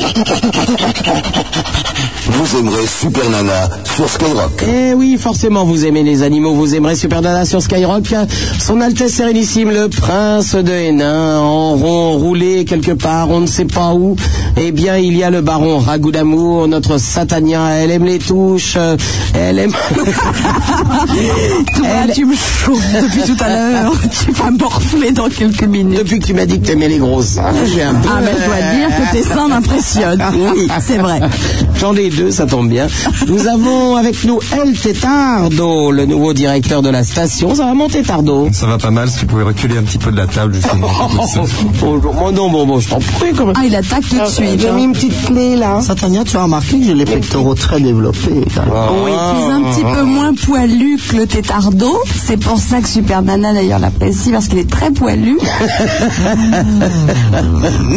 Vous aimerez Super Nana sur Skyrock.
Eh oui, forcément, vous aimez les animaux, vous aimerez Super Nana sur Skyrock. Son Altesse Sérénissime, le prince de Hénin, en rond roulé quelque part, on ne sait pas où. Eh bien, il y a le baron Ragout d'amour, notre Satania, elle aime les touches, euh, elle aime...
Tu me chauffes depuis tout à l'heure. Tu vas morfler dans quelques minutes.
Depuis que tu m'as dit que t'aimais les grosses. hein, j'ai un peu-
Ah, ben, je dois dire que tes seins m'impressionnent. Oui, c'est vrai.
J'en ai deux, ça tombe bien. Nous avons avec nous El Tétardo, le nouveau directeur de la station. Ça va, mon Tétardo
Ça va pas mal, si tu pouvais reculer un petit peu de la table, justement.
Bonjour, mon nom, bon, bon, je t'en prie. Comme...
Ah, il attaque tout de suite.
J'ai mis une petite clé là.
Satania, tu as remarqué que j'ai les pectoraux très développés. quand même.
Oui, tu es un petit peu moins poilu que le tétardo. C'est pour ça que Super Nana d'ailleurs l'apprécie parce qu'il est très poilu.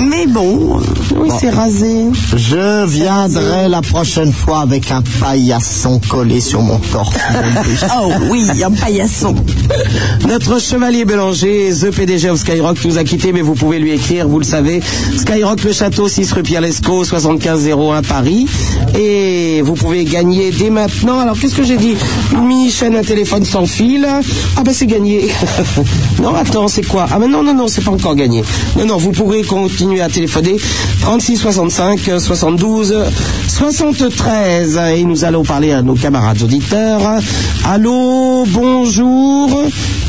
Mais bon,
oui, c'est rasé.
Ah. Je viendrai la prochaine fois avec un paillasson collé sur mon corps.
oh oui, un paillasson.
Notre chevalier Bélanger, The PDG of Skyrock, nous a quittés, mais vous pouvez lui écrire, vous le savez. Skyrock Le Château, 6 rue Pierre Lescot, 7501 Paris. Et vous pouvez gagner dès maintenant. Alors, qu'est-ce que j'ai dit Mi chaîne à téléphone sans fil. Ah, ben c'est gagné. non, attends, c'est quoi Ah, ben non, non, non, c'est pas encore gagné. Non, non, vous pourrez continuer à téléphoner 36 65 72 73. Et nous allons parler à nos camarades auditeurs. Allô, bonjour.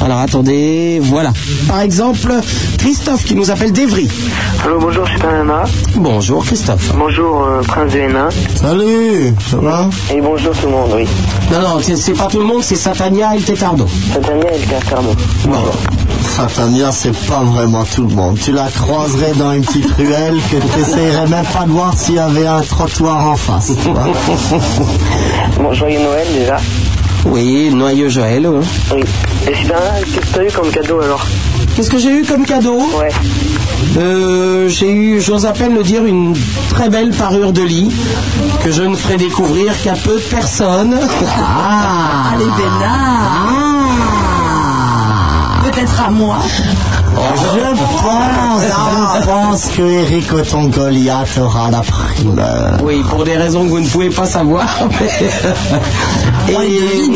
Alors, attendez, voilà. Par exemple, Christophe qui nous appelle d'Evry.
Allô, bonjour, Super Nana.
Bonjour, Christophe.
Bonjour, euh, Prince de Hénin.
Salut, ça va
Et bonjour tout le monde, oui.
Non, non, c'est- c'est pas tout le monde, c'est Satania El Tétardo.
Satania El Tétardo.
Bon. Satania, c'est pas vraiment tout le monde. Tu la croiserais dans une petite ruelle que tu n'essayerais même pas de voir s'il y avait un trottoir en face. tu vois.
Bon, joyeux Noël déjà.
Oui, noyeux Joël. hein.
Oui. Et Super Nana, qu'est-ce que t'as eu comme cadeau alors
Qu'est-ce que j'ai eu comme cadeau
Ouais.
Euh, j'ai eu, j'ose à peine le dire, une très belle parure de lit que je ne ferai découvrir qu'à peu de personnes.
Ah, les
Ah.
vénards. Peut-être à moi.
Je pense, je pense que Eric Oton Goliath aura la primeur.
Oui, pour des raisons que vous ne pouvez pas savoir. mais- Et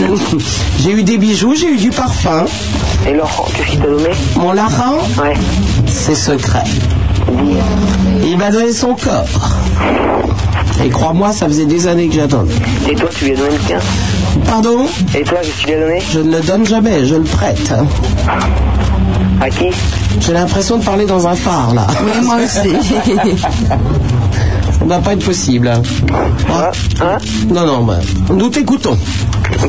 j'ai eu des bijoux, j'ai eu du parfum.
Et Laurent, qu'est-ce qu'il t'a donné
Mon larron,
Ouais.
c'est secret. Il m'a donné son corps. Et crois-moi, ça faisait des années que j'attendais.
Et toi, tu lui as donné le tien
Pardon
Et toi, qu'est-ce que tu lui as donné
Je ne le donne jamais, je le prête.
À qui
J'ai l'impression de parler dans un phare, là.
Oui, moi aussi.
Ça ne va pas être possible. hein.
Ah,
Non, non, bah, nous t'écoutons.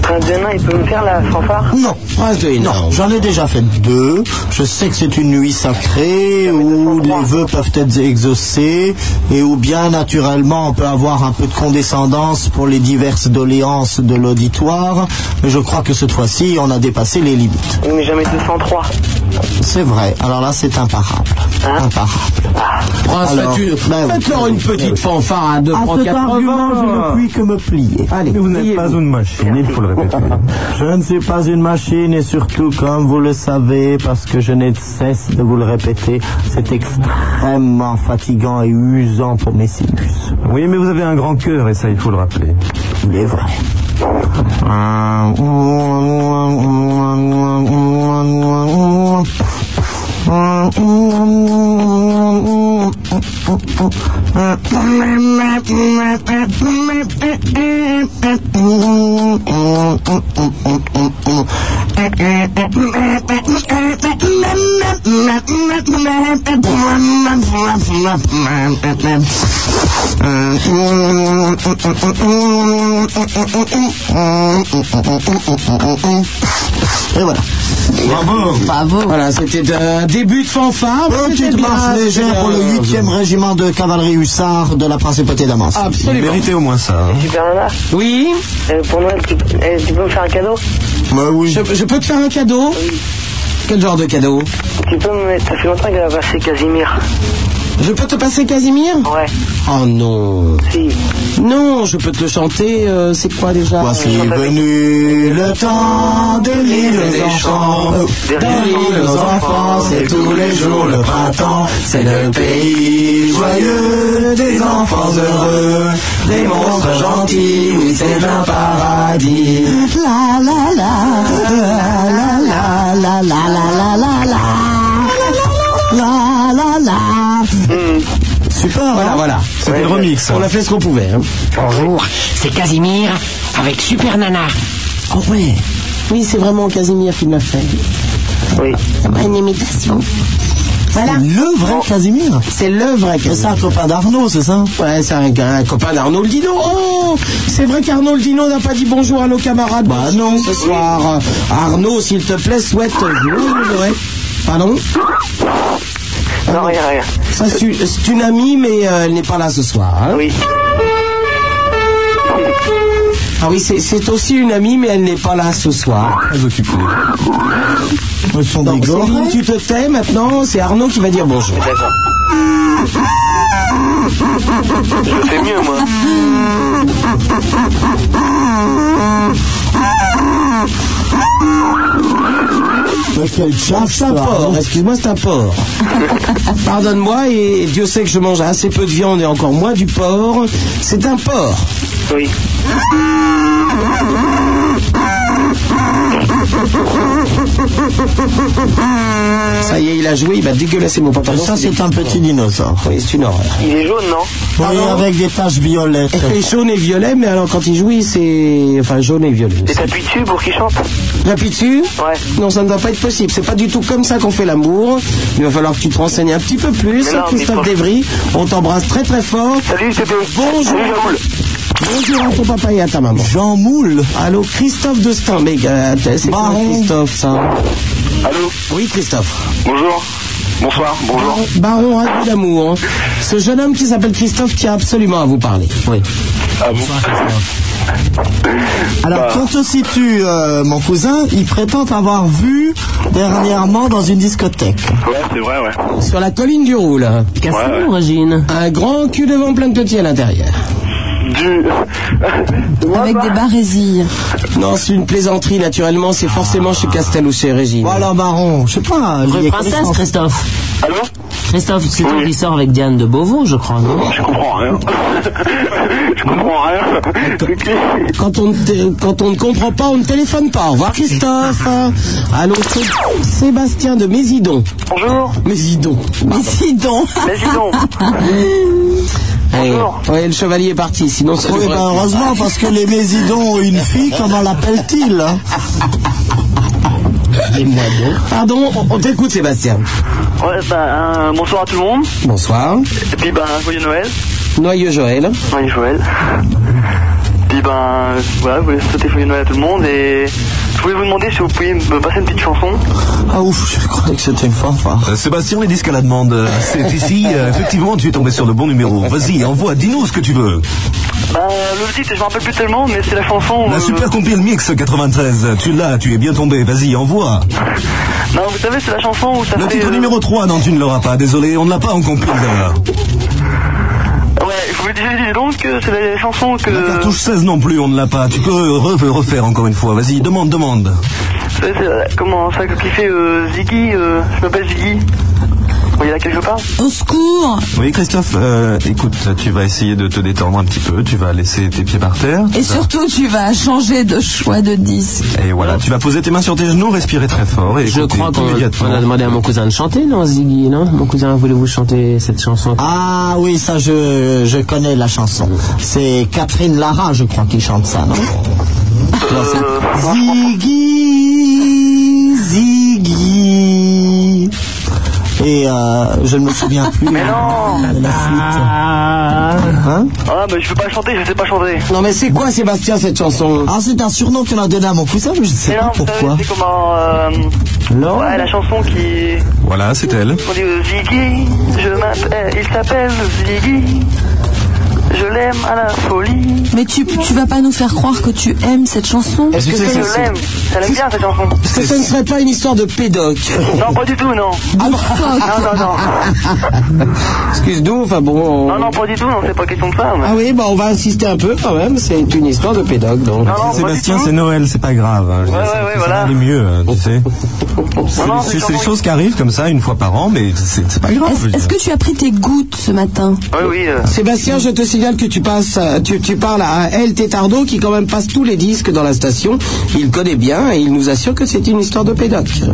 Prince de Hénin, il peut me faire la fanfare
Non,
Prince de Hénin.
non, j'en ai déjà fait deux. Je sais que c'est une nuit sacrée où les vœux peuvent être exaucés et où bien naturellement on peut avoir un peu de condescendance pour les diverses doléances de l'auditoire. Mais je crois que cette fois-ci, on a dépassé les limites.
Oui, mais jamais 203.
C'est vrai. Alors là, c'est imparable.
Hein
Imparable.
Prince,
Alors,
fais-tu-
ben oui.
Ah, faites-leur une petite fanfare à 2
À
francs
cet argument, je ne
80.
puis que me plier.
Allez,
vous n'êtes pas une machine, il faut le répéter. Je ne suis pas une machine et surtout, comme vous le savez, parce que je n'ai de cesse de vous le répéter, c'est extrêmement fatigant et usant pour mes sinus.
Oui, mais vous avez un grand cœur, et ça, il faut le rappeler.
Il est vrai.
Euh,
Et voilà.
Bravo
Voilà, c'était un début de fanfare. mais c'était
Petite
bien,
marche
c'était
légère pour le
bien.
8e régiment de cavalerie hussard de la principauté d'Amance.
Absolument.
Méritez au moins ça. hein.
Super Nana
Oui,
euh, Pour Noël, tu, eh, tu peux me faire un cadeau
Bah oui.
je, je peux te faire un cadeau Quel genre de cadeau
Tu peux me mettre. Ça fait longtemps qu'elle a passé Casimir.
Je peux te passer Casimir
Ouais.
Oh non.
Si. Euh,
Non, je peux te le chanter, euh, c'est quoi déjà
Voici venu le temps de l'île aux enfants. Euh, Dans l'île aux enfants, c'est tous les jours le printemps. C'est le pays joyeux des enfants heureux. Des monstres gentils, oui, c'est un paradis.
La la la.
La la la la la la la la la. Super,
Voilà, voilà.
C'était le remix.
hein. On a fait ce qu'on pouvait. hein.
Bonjour, c'est Casimir avec Super Nana.
Oh ouais. Oui, c'est vraiment Casimir qui l'a fait.
Oui.
Une imitation.
C'est le vrai Casimir.
C'est le vrai Casimir.
C'est un copain d'Arnaud, c'est ça
Ouais, c'est un, gars- un copain d'Arnoldino. Oh C'est vrai qu'Arnoldino n'a pas dit bonjour à nos camarades. Bah non, ce soir. Arnaud, s'il te plaît, souhaite. Ouais. Pardon
Non, rien, rien.
Ça, c'est une- c'est une amie, mais euh, elle n'est pas là ce soir. hein. Oui. Ah oui, c'est- c'est aussi une amie, mais elle n'est pas là ce soir. Très occupée. Donc, Céline, tu te tais maintenant, c'est Arnaud qui va dire bonjour.
Je fais mieux, moi.
Mais quel chat,
C'est un porc, excuse-moi, c'est un porc. Pardonne-moi, et Dieu sait que je mange assez peu de viande et encore moins du porc. C'est un porc.
Oui.
Ça y est, il a joué, il va dégueulasser mon papa.
Ça, c'est un petit dinosaure.
Oui, c'est une horreur.
Il est jaune, non
Oui, avec des taches violettes.
Il est jaune et violet, mais alors quand il joue, il c'est. Enfin, jaune et violet.
Et t'appuies dessus pour
Euh,
qu'il chante
J'appuie dessus Non, ça ne va pas être possible. C'est pas du tout comme ça qu'on fait l'amour. Il va falloir que tu te renseignes un petit peu plus.
Mais non, mais
Christophe
faut-
Devry, on t'embrasse très très fort.
Salut, c'était.
Bonjour. Bonjour à ton papa et à ta maman.
Jean Moule.
Allô, Christophe de Stein. Mais euh, c'est quoi Christophe, ça
Allô
Oui, Christophe.
Bonjour. Bonsoir, bonjour.
Baron ravi d'amour. hein. Ce jeune homme qui s'appelle Christophe tient absolument à vous parler. Oui.
Ah bon
Bah.
Alors, quand te situe euh, mon cousin, il prétend avoir vu dernièrement dans une discothèque.
Ouais, c'est vrai, ouais.
Sur la colline du Roule.
Ouais, ouais.
Régine. Un grand cul devant plein de petits à l'intérieur.
Avec
bah.
des barésilles.
Non, c'est une plaisanterie, naturellement. C'est forcément chez Castel ou chez Régine.
Voilà, Baron. Je sais pas.
il y
Vraie
a
princesse,
connaissance.
Christophe. Christophe, c'est toi qui sors avec Diane de Beauvau, je crois, non
Je comprends rien. je comprends rien.
Quand on, ne té- quand on ne comprend pas, on ne téléphone pas. Au revoir Christophe. Allô, Sé- Sébastien de Mésidon.
Bonjour.
Mésidon. Mésidon.
Mésidon.
Bonjour. Oui, le chevalier est parti, sinon c'est
Oui,
le-
ben, heureusement, parce que les Mésidons ont une fille, comment l'appelle-t-il hein
Pardon, on, on t'écoute Sébastien.
Ouais, bah, euh, bonsoir à tout le monde.
Bonsoir.
Et puis, bah, joyeux Noël.
Noyeux Joël.
Joyeux Noël. Puis, ben, voilà, je voulais souhaiter joyeux Noël à tout le monde et je voulais vous demander si vous pouviez me passer une petite chanson.
Ah ouf, je croyais que c'était une fanfare.
Euh, Sébastien, les disques à la demande. Euh, C'est ici, euh, effectivement, tu es tombé sur le bon numéro. Vas-y, envoie, dis-nous ce que tu veux.
Bah, le titre, je me rappelle plus tellement, mais c'est la chanson.
La
euh,
super compile mix 93, tu l'as, tu es bien tombé, vas-y, envoie.
Non, vous savez, c'est la chanson où ça
Le
fait.
titre
euh,
numéro 3, non, tu ne l'auras pas, désolé, on ne l'a pas en compile. d'ailleurs.
Ouais, je vous dis donc que c'est la chanson que.
La cartouche 16 non plus, on ne l'a pas, tu peux re- refaire encore une fois, vas-y, demande, demande.
Vous savez, c'est la- comment ça qui fait euh, Ziggy euh, Je m'appelle Ziggy. Vous voyez là quelque part
Au secours
Oui, Christophe, euh, écoute, tu vas essayer de te détendre un petit peu, tu vas laisser tes pieds par terre.
Et surtout, tu vas changer de choix de disque.
Et voilà, tu vas poser tes mains sur tes genoux, respirer très fort et
Je
écouter
crois qu'on
immédiatement.
on a
Ah,
demandé à mon cousin de chanter, non, Ziggy, non Mon cousin, voulez-vous chanter cette chanson
Ah oui, ça, je, je connais la chanson. C'est Catherine Lara, je crois, qui chante ça, non
Euh,
Ziggy, Ziggy. Et euh, je ne me souviens plus euh, de la suite. Hein
Ah, mais je peux pas chanter, je sais pas chanter.
Non mais c'est quoi Sébastien cette chanson
Ah c'est un surnom qu'on a donné à mon cousin, mais je ne sais
Mais non,
pas
vous
pourquoi.
savez, c'est comment. euh,
Non.
Ouais, la chanson qui.
Voilà, c'est elle.
On dit euh, Ziggy, je m'appelle. Il s'appelle Ziggy. Je l'aime à la folie.
Mais tu, tu vas pas nous faire croire que tu aimes cette chanson
Est-ce que c'est je l'aime Elle aime bien cette chanson.
Est-ce que ce ne serait pas une histoire de pédoc Ah
Non, pas du tout, non. non, non, non.
Excuse-nous, enfin bon.
Non, non, pas du tout, non, c'est pas question de ça. mais-
Ah oui, bah on va insister un peu quand même. C'est une histoire de pédoc donc.
Sébastien, c'est Noël, c'est pas grave. hein, je veux dire, c'est- c'est rien de mieux, hein, tu sais. C'est-
non,
C'est
c'est
c'est des choses qui arrivent comme ça une fois par an, mais c'est c'est pas grave. je veux
Est-ce
dire.
que tu as pris tes gouttes ce matin
Oui, euh. oui.
Sébastien, je te signale génial que tu passes, euh, tu, tu parles à El Tétardo qui quand même passe tous les disques dans la station. Il connaît bien et il nous assure que c'est une histoire de pédoc. Bah,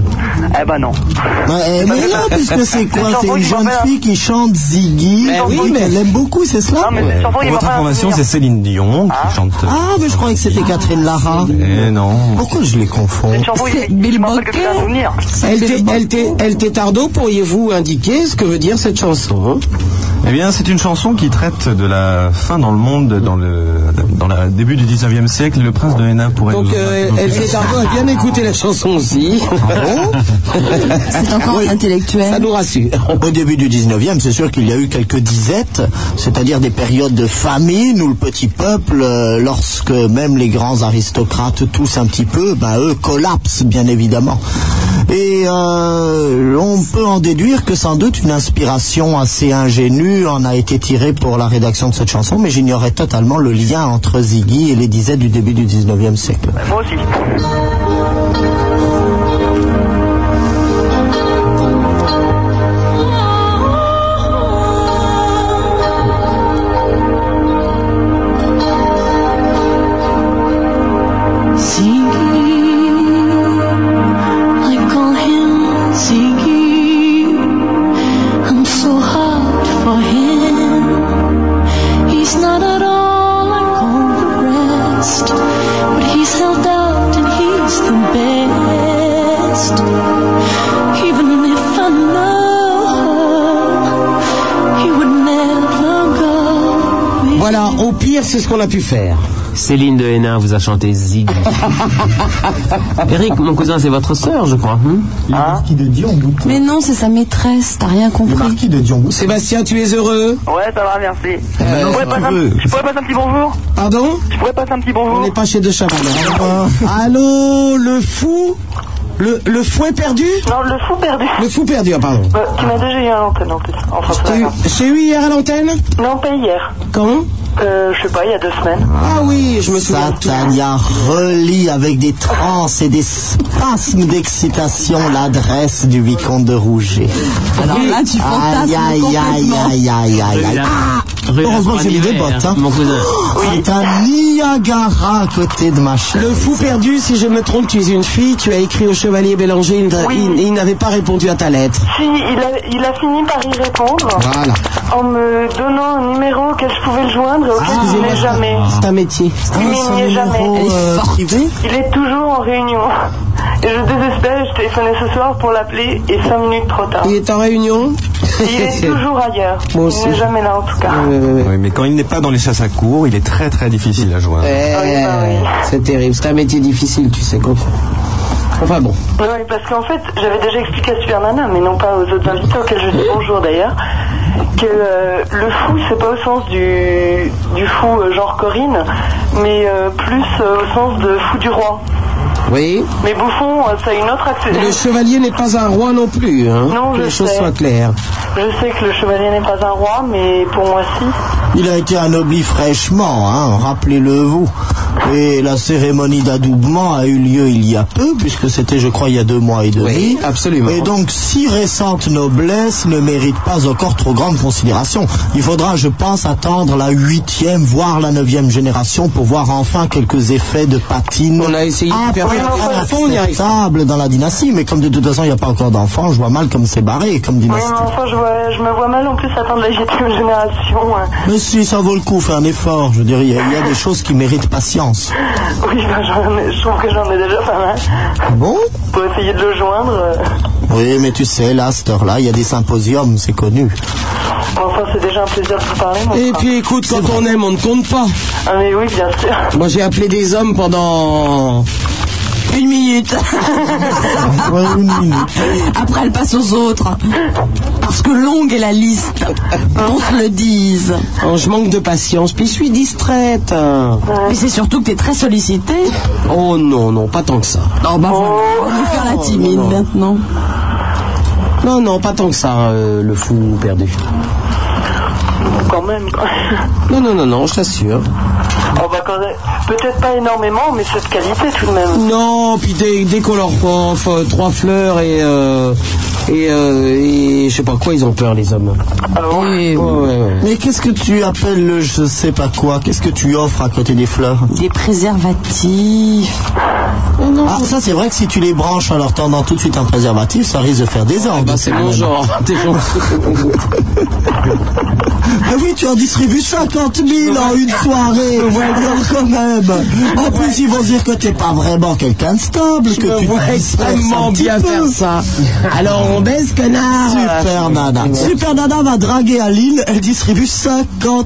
Eh ben non.
Eh, mais non, puisque c'est quoi C'est une jeune fille qui chante Ziggy.
Mais oui,
oui,
mais-
mais elle aime beaucoup, c'est cela
Votre information, c'est Céline Dion qui chante.
Ah, mais je croyais que c'était Catherine Lara.
Eh non.
Pourquoi je les confonds
C'est Bill El Tétardo, pourriez-vous indiquer ce que veut dire cette chanson
Eh bien, c'est une chanson qui traite de la fin dans le monde, dans le dans la- début du 19e siècle. Le prince de Hénin
Oh.
pourrait
Donc
nous-
euh,
nous-
El Tétardo a bien écouté la chanson aussi.
Ah
Ah
C'est encore intellectuel. Ça
nous rassure.
Au début du 19e, c'est sûr qu'il y a eu quelques disettes, c'est-à-dire des périodes de famine où le petit peuple, euh, lorsque même les grands aristocrates tous un petit peu, bah, eux collapsent bien évidemment. Et euh, on peut en déduire que sans doute une inspiration assez ingénue en a été tirée pour la rédaction de cette chanson, mais j'ignorais totalement le lien entre Ziggy et les disettes du début du 19e siècle.
Moi aussi.
I call him Ziggy. I'm so hot for him. He's not at all like all the rest, but he's held out and he's the best. Even if I know he would never go.
Voilà, au pire, c'est ce qu'on a pu faire.
Céline de Hénin vous a chanté Zig. Eric, mon cousin, c'est votre sœur, je crois. hein
de
Mais non, c'est sa maîtresse, t'as rien compris.
de
Sébastien, tu es heureux
Ouais, ça va, merci.
non,
je, pourrais
si tu
passer un...
veux.
je pourrais passer un petit bonjour
Pardon
Je pourrais passer un petit bonjour
On n'est pas chez De Chavannes. hein. Allô, le fou le, le fouet perdu
Non, le fou perdu.
Le fou perdu, ah, pardon.
Euh, tu m'as déjà eu à l'antenne en plus. Enfin, c'est pas grave.
J'ai eu hier à l'antenne
Non, pas hier.
Comment
euh, Je sais pas, il y a deux semaines.
Ah oui, je me
souviens. Satania relie avec des transes et des spasmes d'excitation l'adresse du vicomte de Rouget.
Alors là, tu fantasmes
Aïe, aïe, aïe,
complètement.
aïe, aïe, aïe, aïe.
Rue
Ah
Rue
Heureusement que j'ai mis des
Lacroix
bottes.
d'hiver,
Hein.
Mon cousin.
C'est un Niagara à côté de ma chaise.
Ah, Le fou perdu, si je me trompe, tu es une fille, tu as écrit au chevalier Bélanger, il, il- il n'avait pas répondu à ta lettre.
Si, il a, il a fini par y répondre
Voilà.
en me donnant un numéro auquel je pouvais le joindre et auquel il n'est jamais.
Ah. C'est un euh, métier.
Oui, mais il n'y est jamais.
bah
privé
Il est toujours en réunion. Et je désespère, je téléphonais ce soir pour l'appeler et 5 minutes trop tard.
Il est en réunion
Il est toujours ailleurs.
Moi
il n'est
aussi.
jamais là en tout cas.
Oui, mais quand il n'est pas dans les chasses à cours, il est très très difficile à joindre.
Eh,
Ah bah
C'est terrible, c'est un métier difficile, tu sais, comprends. Enfin bon.
Oui, parce qu'en fait, j'avais déjà expliqué à Super Nana, mais non pas aux autres invités auxquels je dis bonjour d'ailleurs, que euh, le fou, c'est pas au sens du, du fou euh, genre Corinne, mais euh, plus euh, au sens de fou du roi.
Oui.
Mais bouffon, euh, ça a une autre
Mais le
accession.
chevalier n'est pas un roi non plus, hein,
Non,
que
je
les choses
sais.
soient claires.
Je sais que le chevalier n'est pas un roi, mais pour moi, si.
Il a été anobli fraîchement, hein, rappelez-le vous. Et la cérémonie d'adoubement a eu lieu il y a peu, puisque c'était, je crois, il y a deux mois et demi.
Oui, absolument.
Et donc, si récente noblesse ne mérite pas encore trop grande considération, il faudra, je pense, attendre la huitième, voire la neuvième génération pour voir enfin quelques effets de patine.
On a essayé de faire
absolument
venir des enfants, on n'y arrive pas.
acceptables dans la dynastie, mais comme de toute façon, il n'y a pas encore d'enfants, je vois mal comme c'est barré comme
Oui,
dynastie.
mais enfin, je, vois- je me vois mal en plus attendre la huitième génération. hein.
Mais si, ça vaut le coup, fais un effort. Je dirais, il y, a- il y a des choses qui méritent patience.
Oui, ben, j'en ai- je trouve que j'en ai déjà pas mal.
bon
Pour essayer de le joindre. euh,
Oui, mais tu sais, là, à cette heure-là, il y a des symposiums, c'est connu.
Enfin, c'est déjà un plaisir de vous parler. mon
Et
frère.
puis écoute, quand on aime, on ne compte pas.
Ah, mais oui, bien sûr.
Moi j'ai appelé des hommes pendant une minute.
Après, elle passe aux autres. Parce que longue est la liste. On se le dise.
Oh, je manque de patience, puis je suis distraite.
Mais c'est surtout que t'es très sollicitée.
Oh non, non, pas tant que ça. Oh,
Oh, bah voilà. On va faire la timide maintenant.
Non, non, pas tant que ça, euh, le fou perdu.
Quand même, quoi.
Non, non, non, non, je t'assure.
Oh, bah, quand même. Peut-être pas énormément, mais c'est de qualité tout de même.
Non, puis dès, dès qu'on leur offre euh, trois fleurs et euh, Et, euh, et je sais pas quoi, ils ont peur, les hommes.
Oui, Mais qu'est-ce que tu appelles le je sais pas quoi Qu'est-ce que tu offres à côté des fleurs
Des préservatifs.
Ah, ça c'est vrai que si tu les branches en leur tendant tout de suite un préservatif, ça risque de faire des ordres.
bah, c'est mon genre. hein,
Ah oui, tu en distribues 50 000 en une soirée. Alors, quand même. En plus, ils vont dire que t'es pas vraiment quelqu'un de stable, que tu
vois
te disperses
extrêmement
un petit
bien
peu.
faire ça. Alors, on baisse, connard.
Super Nana. Super Nana va draguer à Lille. Elle distribue 50 000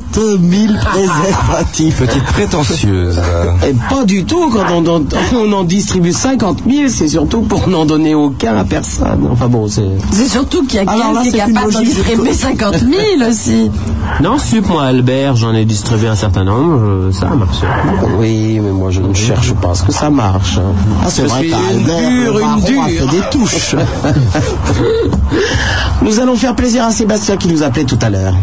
préservatifs.
Petite prétentieuse.
Et Eh, pas du tout, quand on, on- on en distribue 50 000, c'est surtout pour n'en donner aucun à personne. Enfin bon, c'est.
C'est surtout qu'il y a quelqu'un qui est capable d'en distribuer 50 000 aussi.
Non, sup, moi, Albert, j'en ai distribué un certain nombre, euh, ça a marché.
Oui, mais moi, je ne cherche pas à ce que ça marche.
Ah, c'est
Je
vrai
suis
qu'à
une
Albert, le
dure,
baron
une
a
dure.
fait des touches.
Nous allons faire plaisir à Sébastien qui nous appelait tout à l'heure.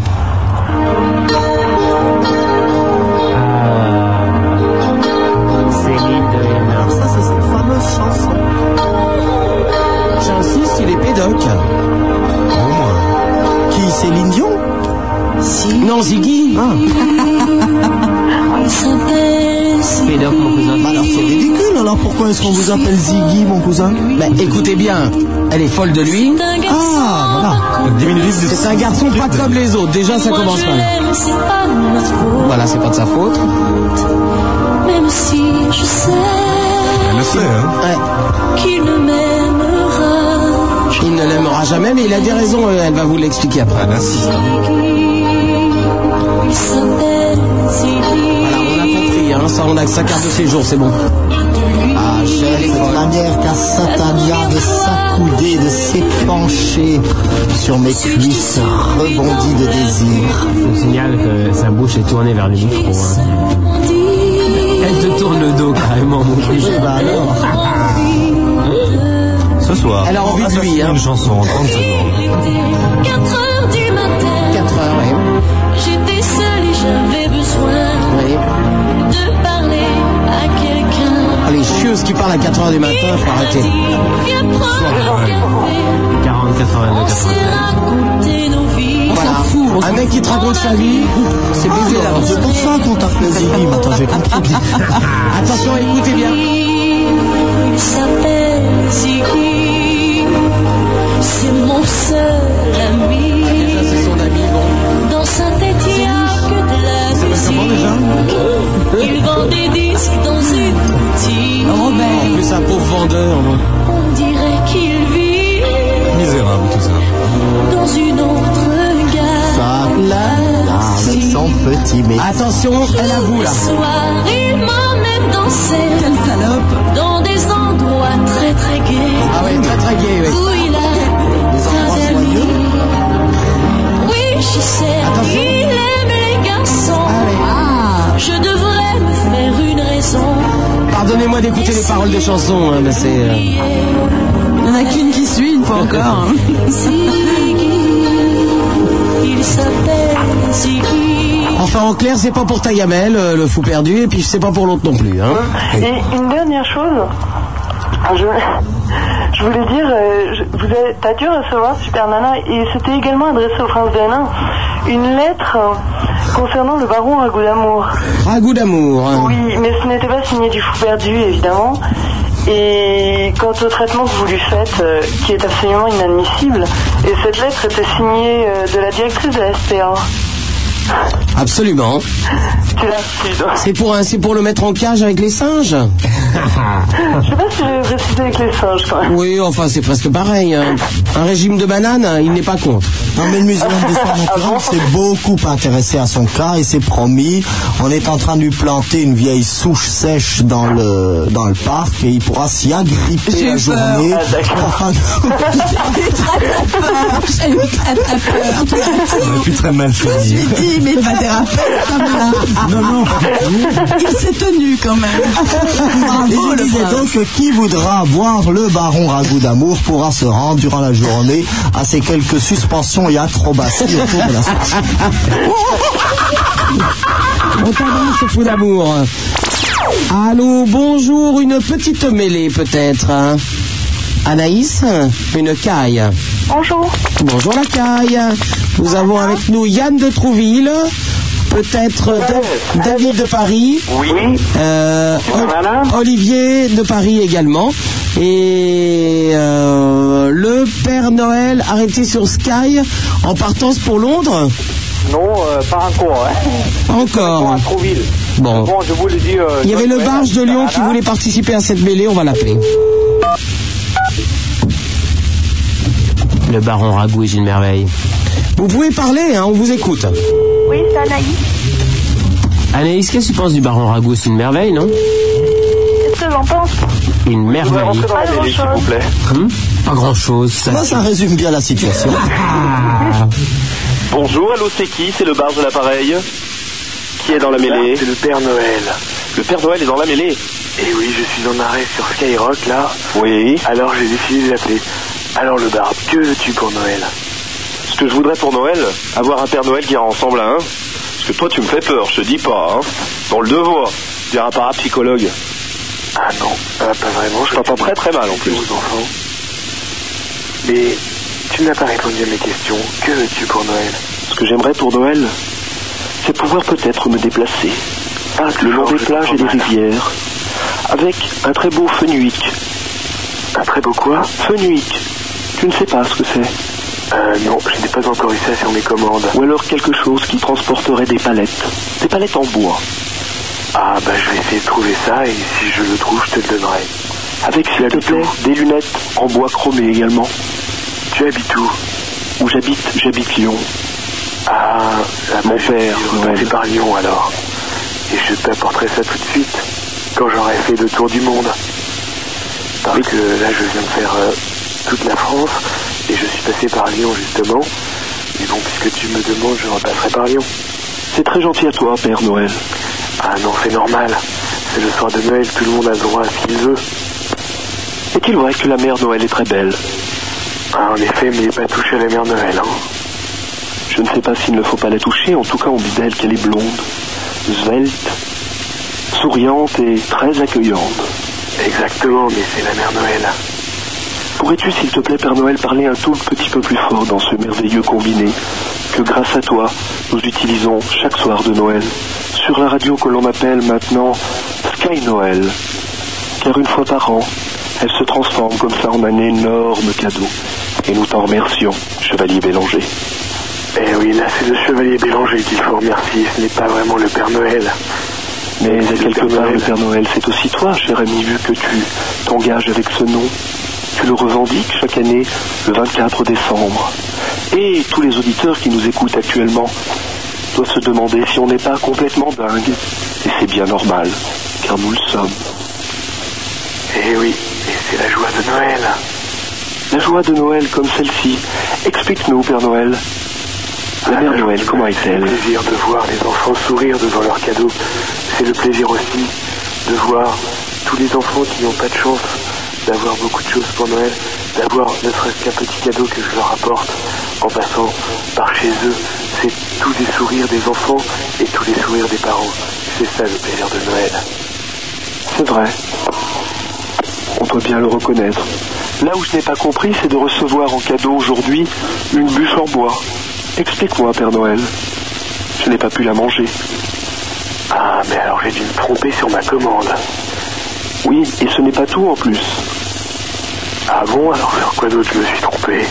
Ça, c'est cette fameuse chanson.
J'insiste, il est pédoc.
Qui Céline Dion Ah.
Non, Ziggy.
Pédoc, mon cousin. Bah, alors c'est ridicule, alors pourquoi est-ce qu'on vous appelle Ziggy, mon cousin
Bah, écoutez bien, elle est folle de lui.
Ah,
voilà. C'est un garçon pas comme les autres. Déjà, ça commence mal. Voilà, c'est pas de sa faute.
Même si je sais
Elle le sait, hein.
qu'il ne m'aimera
Il ne l'aimera jamais, mais il a des raisons. euh, Elle va vous l'expliquer
Ah,
après.
Il s'appelle
Voilà, on a compris, hein, ça, on a que sa carte de séjour, c'est bon.
Ah, j'ai cette manière qu'à Satania de s'accouder, de s'épancher sur mes cuisses rebondies de désir.
Je vous signale que sa bouche est tournée vers le micro. hein. Elle te tourne le dos carrément, mon cousin.
bah,
hein. Ce soir.
Elle a envie de lui, hein.
Une chanson en 30 secondes.
4 heures du matin.
4 heures,
J'étais seule et j'avais besoin de parler à quelqu'un.
Ah, les chieuses qui parlent à 4 heures du matin, faut arrêter.
Viens prendre un café,
40, 82, 80.
raconter nos vies.
Voilà. Un mec qui te raconte sa vie, c'est baiser
Ah,
là.
c'est pour ça qu'on t'appelle Ziggy, maintenant j'ai compris.
Attention, écoutez bien.
Il s'appelle Ziggy. C'est mon seul ami. Dans sa tête, il n'y a que de la musique. Il vend des disques dans une boutique.
Oh, En plus, un pauvre vendeur. euh, moi.
On dirait qu'il vit
Misérable, tout ça.
dans une autre galaxie.
Avec son petit mais
Attention, elle avoue là.
Le soir, il m'emmène danser. Dans des endroits très très gais.
Ah ouais, très très gay, oui.
Où il a plein d'amis. Oui, je sais, il aime les garçons. Ah, je devrais me faire une raison.
Pardonnez-moi d'écouter les paroles des chansons, hein, mais c'est. euh,
Il n'y en a qu'une qui suit, une fois encore. il s'appelle Ziggy.
Enfin, en clair, c'est pas pour ta gamelle, euh, le fou perdu, et puis c'est pas pour l'autre non plus. Hein.
Et une dernière chose, Ah, je, je voulais dire, euh, je- vous avez- t'as dû recevoir Super Nana, et c'était également adressé au prince de Hénin, une lettre euh, concernant le baron Ragout d'amour.
Ragout d'amour. hein.
Oui, mais ce n'était pas signé du fou perdu, évidemment. Et quant au traitement que vous lui faites, euh, qui est absolument inadmissible, et cette lettre était signée euh, de la directrice de la SPA.
Absolument.
Tu l'as reçue, donc.
C'est pour, un- c'est pour le mettre en cage avec les singes
Je sais pas si j'ai récité avec les singes, quand même.
Oui, enfin, c'est presque pareil. hein. Un régime de bananes, hein, il n'est pas contre.
Non mais le muséum d'histoire naturelle s'est beaucoup intéressé à son cas et s'est promis, on est en train de lui planter une vieille souche sèche dans le, dans le parc et il pourra s'y agripper la journée afin de...
J'ai eu très très peur.
On a plus très mal
Je
fini.
lui dis, mais il va déraper, ça va.
Non, non, pas du tout.
Il s'est tenu quand même.
Et
Oh,
Bravo,
je
le
disais
prince.
donc que qui voudra voir le baron Ragout d'amour pourra se rendre durant la journée à ces quelques suspensions et acrobaties autour de la souche.
On t'embrasse, ce fou d'amour. Allô, bonjour, une petite mêlée peut-être. hein. Anaïs, une caille.
Bonjour.
Bonjour la caille. Nous avons avec nous Yann de Trouville, peut-être euh, Da- David de Paris.
Oui.
Euh, Ol- Olivier de Paris également. Et euh, le Père Noël arrêté sur Sky en partance pour Londres.
Non, euh, pas encore. hein.
Encore.
Trouville.
Bon.
Bon, je vous le dis. euh,
Il y avait le
Noël,
barge de Lyon qui
voilà.
voulait participer à cette mêlée, on va l'appeler.
Le baron Ragout est une merveille.
Vous pouvez parler, hein, on vous écoute.
Oui, c'est Anaïs.
Anaïs, qu'est-ce que tu penses du baron Ragout C'est une merveille, non
Qu'est-ce que j'en pense
Une merveille.
rentrer dans la Pas mêlée, s'il vous plaît.
Hum Pas grand-chose. Ah, Ça,
Ça, ça résume bien la situation.
Bonjour, allô, c'est qui C'est le barge de l'appareil Qui est dans la mêlée
C'est le Père Noël.
Le Père Noël est dans la mêlée
Et oui, je suis en arrêt sur Skyrock là.
Oui.
Alors j'ai décidé de l'appeler. Alors le barbe, que veux-tu pour Noël
Ce que je voudrais pour Noël, avoir un Père Noël qui ressemble à un. Parce que toi, tu me fais peur, je te dis pas, hein. Dans le devoir, tu un parapsychologue.
Ah non, ah, pas vraiment.
Je t'entends très très mal en plus.
Aux enfants. Mais tu n'as pas répondu à mes questions. Que veux-tu pour Noël
Ce que j'aimerais pour Noël, c'est pouvoir peut-être me déplacer.
Ah,
le long des plages et des
hein
rivières. Avec un très beau fenuic.
Un très beau quoi
Fenuic. Tu ne sais pas ce que c'est.
Euh, non, je n'ai pas encore eu ça sur mes commandes.
Ou alors quelque chose qui transporterait des palettes. Des palettes en bois.
Ah bah je vais essayer de trouver ça et si je le trouve, je te le donnerai.
Avec, s'il te plaît, des lunettes en bois chromé également.
Tu habites où
Où j'habite, j'habite Lyon.
Ah, la
Mon père, Noël.
C'est par Lyon alors. Et je t'apporterai ça tout de suite, quand j'aurai fait le tour du monde. Parce que là, je viens de faire euh, toute la France, et je suis passé par Lyon justement. Mais bon, puisque tu me demandes, je repasserai par Lyon.
C'est très gentil à toi, Père Noël.
Ah non, c'est normal. C'est le soir de Noël, tout le monde a le droit à ce qu'il veut.
Est-il vrai que la mère Noël est très belle
Ah, en effet, mais pas touché à la mère Noël. Hein.
Je ne sais pas s'il ne faut pas la toucher, en tout cas on dit d'elle qu'elle est blonde, svelte, souriante et très accueillante.
Exactement, mais c'est la mère Noël.
Pourrais-tu, s'il te plaît, Père Noël, parler un tout petit peu plus fort dans ce merveilleux combiné que, grâce à toi, nous utilisons chaque soir de Noël sur la radio que l'on appelle maintenant Sky Noël, car une fois par an, elle se transforme comme ça en un énorme cadeau. Et nous t'en remercions, Chevalier Bélanger.
Eh oui, là, c'est le chevalier Bélanger qu'il faut remercier. Ce n'est pas vraiment le Père Noël.
Mais à quelque part, le Père Noël, c'est aussi toi, cher ami, vu que tu t'engages avec ce nom. Tu le revendiques chaque année le 24 décembre. Et tous les auditeurs qui nous écoutent actuellement doivent se demander si on n'est pas complètement dingue. Et c'est bien normal, car nous le sommes.
Eh oui, et c'est la joie de Noël.
La joie de Noël comme celle-ci. Explique-nous, Père Noël. La Mère Noël, comment est-elle
Le plaisir de voir les enfants sourire devant leurs cadeaux. C'est le plaisir aussi de voir tous les enfants qui n'ont pas de chance d'avoir beaucoup de choses pour Noël, d'avoir ne serait-ce qu'un petit cadeau que je leur apporte en passant par chez eux. C'est tous les sourires des enfants et tous les sourires des parents. C'est ça le plaisir de Noël.
C'est vrai. On doit bien le reconnaître. Là où je n'ai pas compris, c'est de recevoir en cadeau aujourd'hui une bûche en bois. Explique-moi, Père Noël. Je n'ai pas pu la manger.
Ah, mais alors j'ai dû me tromper sur ma commande.
Oui, et ce n'est pas tout en plus.
Ah bon, alors sur quoi d'autre je me suis trompé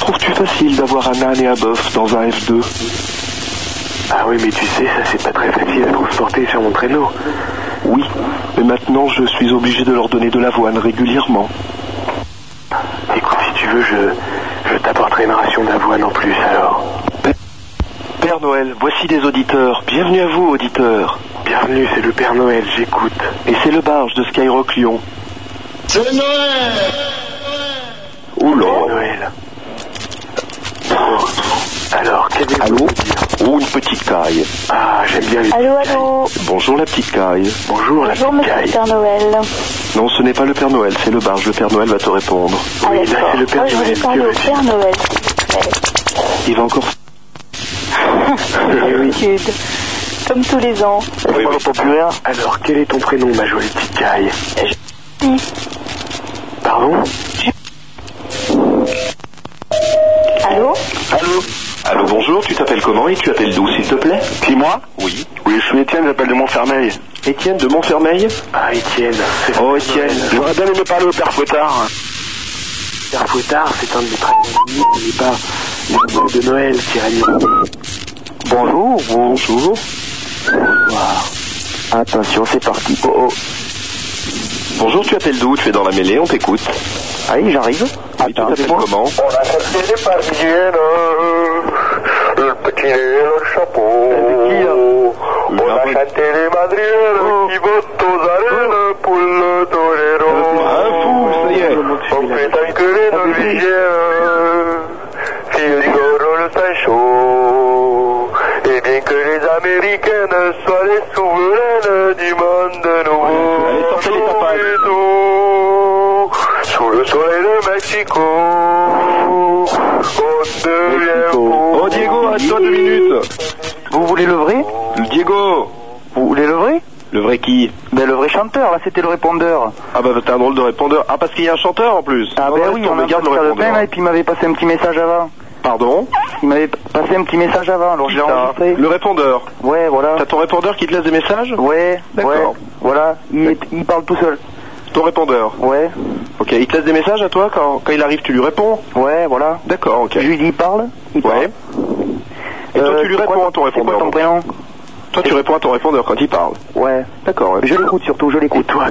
Trouves-tu facile d'avoir un âne et un bœuf dans un F2
Ah oui, mais tu sais, ça c'est pas très facile à transporter sur mon traîneau.
Oui, mais maintenant je suis obligé de leur donner de l'avoine régulièrement.
Écoute, si tu veux, je, je t'apporterai une ration d'avoine en plus alors.
Père Noël, voici des auditeurs. Bienvenue à vous, auditeurs.
Bienvenue, c'est le Père Noël, j'écoute.
Et c'est le barge de Skyrock Lyon.
C'est Noël
Oula
Noël. Alors, quel est
Allô Ou une petite caille.
Ah, j'aime bien les...
Allô, allô.
Bonjour la petite caille.
Bonjour, la
Bonjour,
petite
monsieur
caille.
le Père Noël.
Non, ce n'est pas le Père Noël, c'est le barge. Le Père Noël va te répondre.
Ah,
Oui, là,
d'accord.
c'est le Père
Moi, je voulais
Noël.
parler au
Que-
Père Noël.
Il va encore.
Eh oui.
D'habitude. Comme tous les ans.
Oui, oui. Alors, quel est ton prénom, ma jolie petite caille Pardon tu t'appelles comment et tu appelles d'où, s'il te plaît
Qui, moi
Oui.
Oui, je suis Étienne, j'appelle de Montfermeil.
Étienne de Montfermeil
Ah, Étienne. c'est-
Oh, Étienne.
J'aurais bien aimé parler au père Fouettard.
Pierre Fouettard, c'est un de mes très bons amis, il n'est pas le de Noël, Thierry. Bonjour, bonjour. Bonsoir. Attention, c'est parti. Oh, oh. Bonjour, tu appelles d'où Tu es dans la mêlée, on t'écoute. Ah oui, j'arrive. Ah, tu t'appelles comment
euh, euh, Et bien que les Américaines soient les souveraines du monde nouveau. Sous le soleil de Mexico, on devient fou.
Oh, Diego, à toi deux minutes. Vous voulez le vrai Diego Vous voulez le vrai Le vrai qui Ben le vrai chanteur, là c'était le répondeur. Ah bah t'as un drôle de répondeur. Ah parce qu'il y a un chanteur en plus. Ah
ben oui, on a
regarde
Pascal
le répondeur.
Le Pen, là, et
puis il m'avait passé un petit message avant. Pardon Il m'avait passé un petit message avant, alors je l'ai enregistré. Le répondeur Ouais, voilà. T'as ton répondeur qui te laisse des messages Ouais, ouais, voilà. Il, parle tout seul. Ton répondeur Ouais. Ok, il te laisse des messages à toi quand, quand il arrive, tu lui réponds Ouais, voilà. D'accord, ok. Je lui dis, il parle Ouais. Et toi, tu lui réponds à ton répondeur ton prénom Toi, tu réponds à ton répondeur quand il parle Ouais. D'accord. Je l'écoute surtout, je l'écoute. toi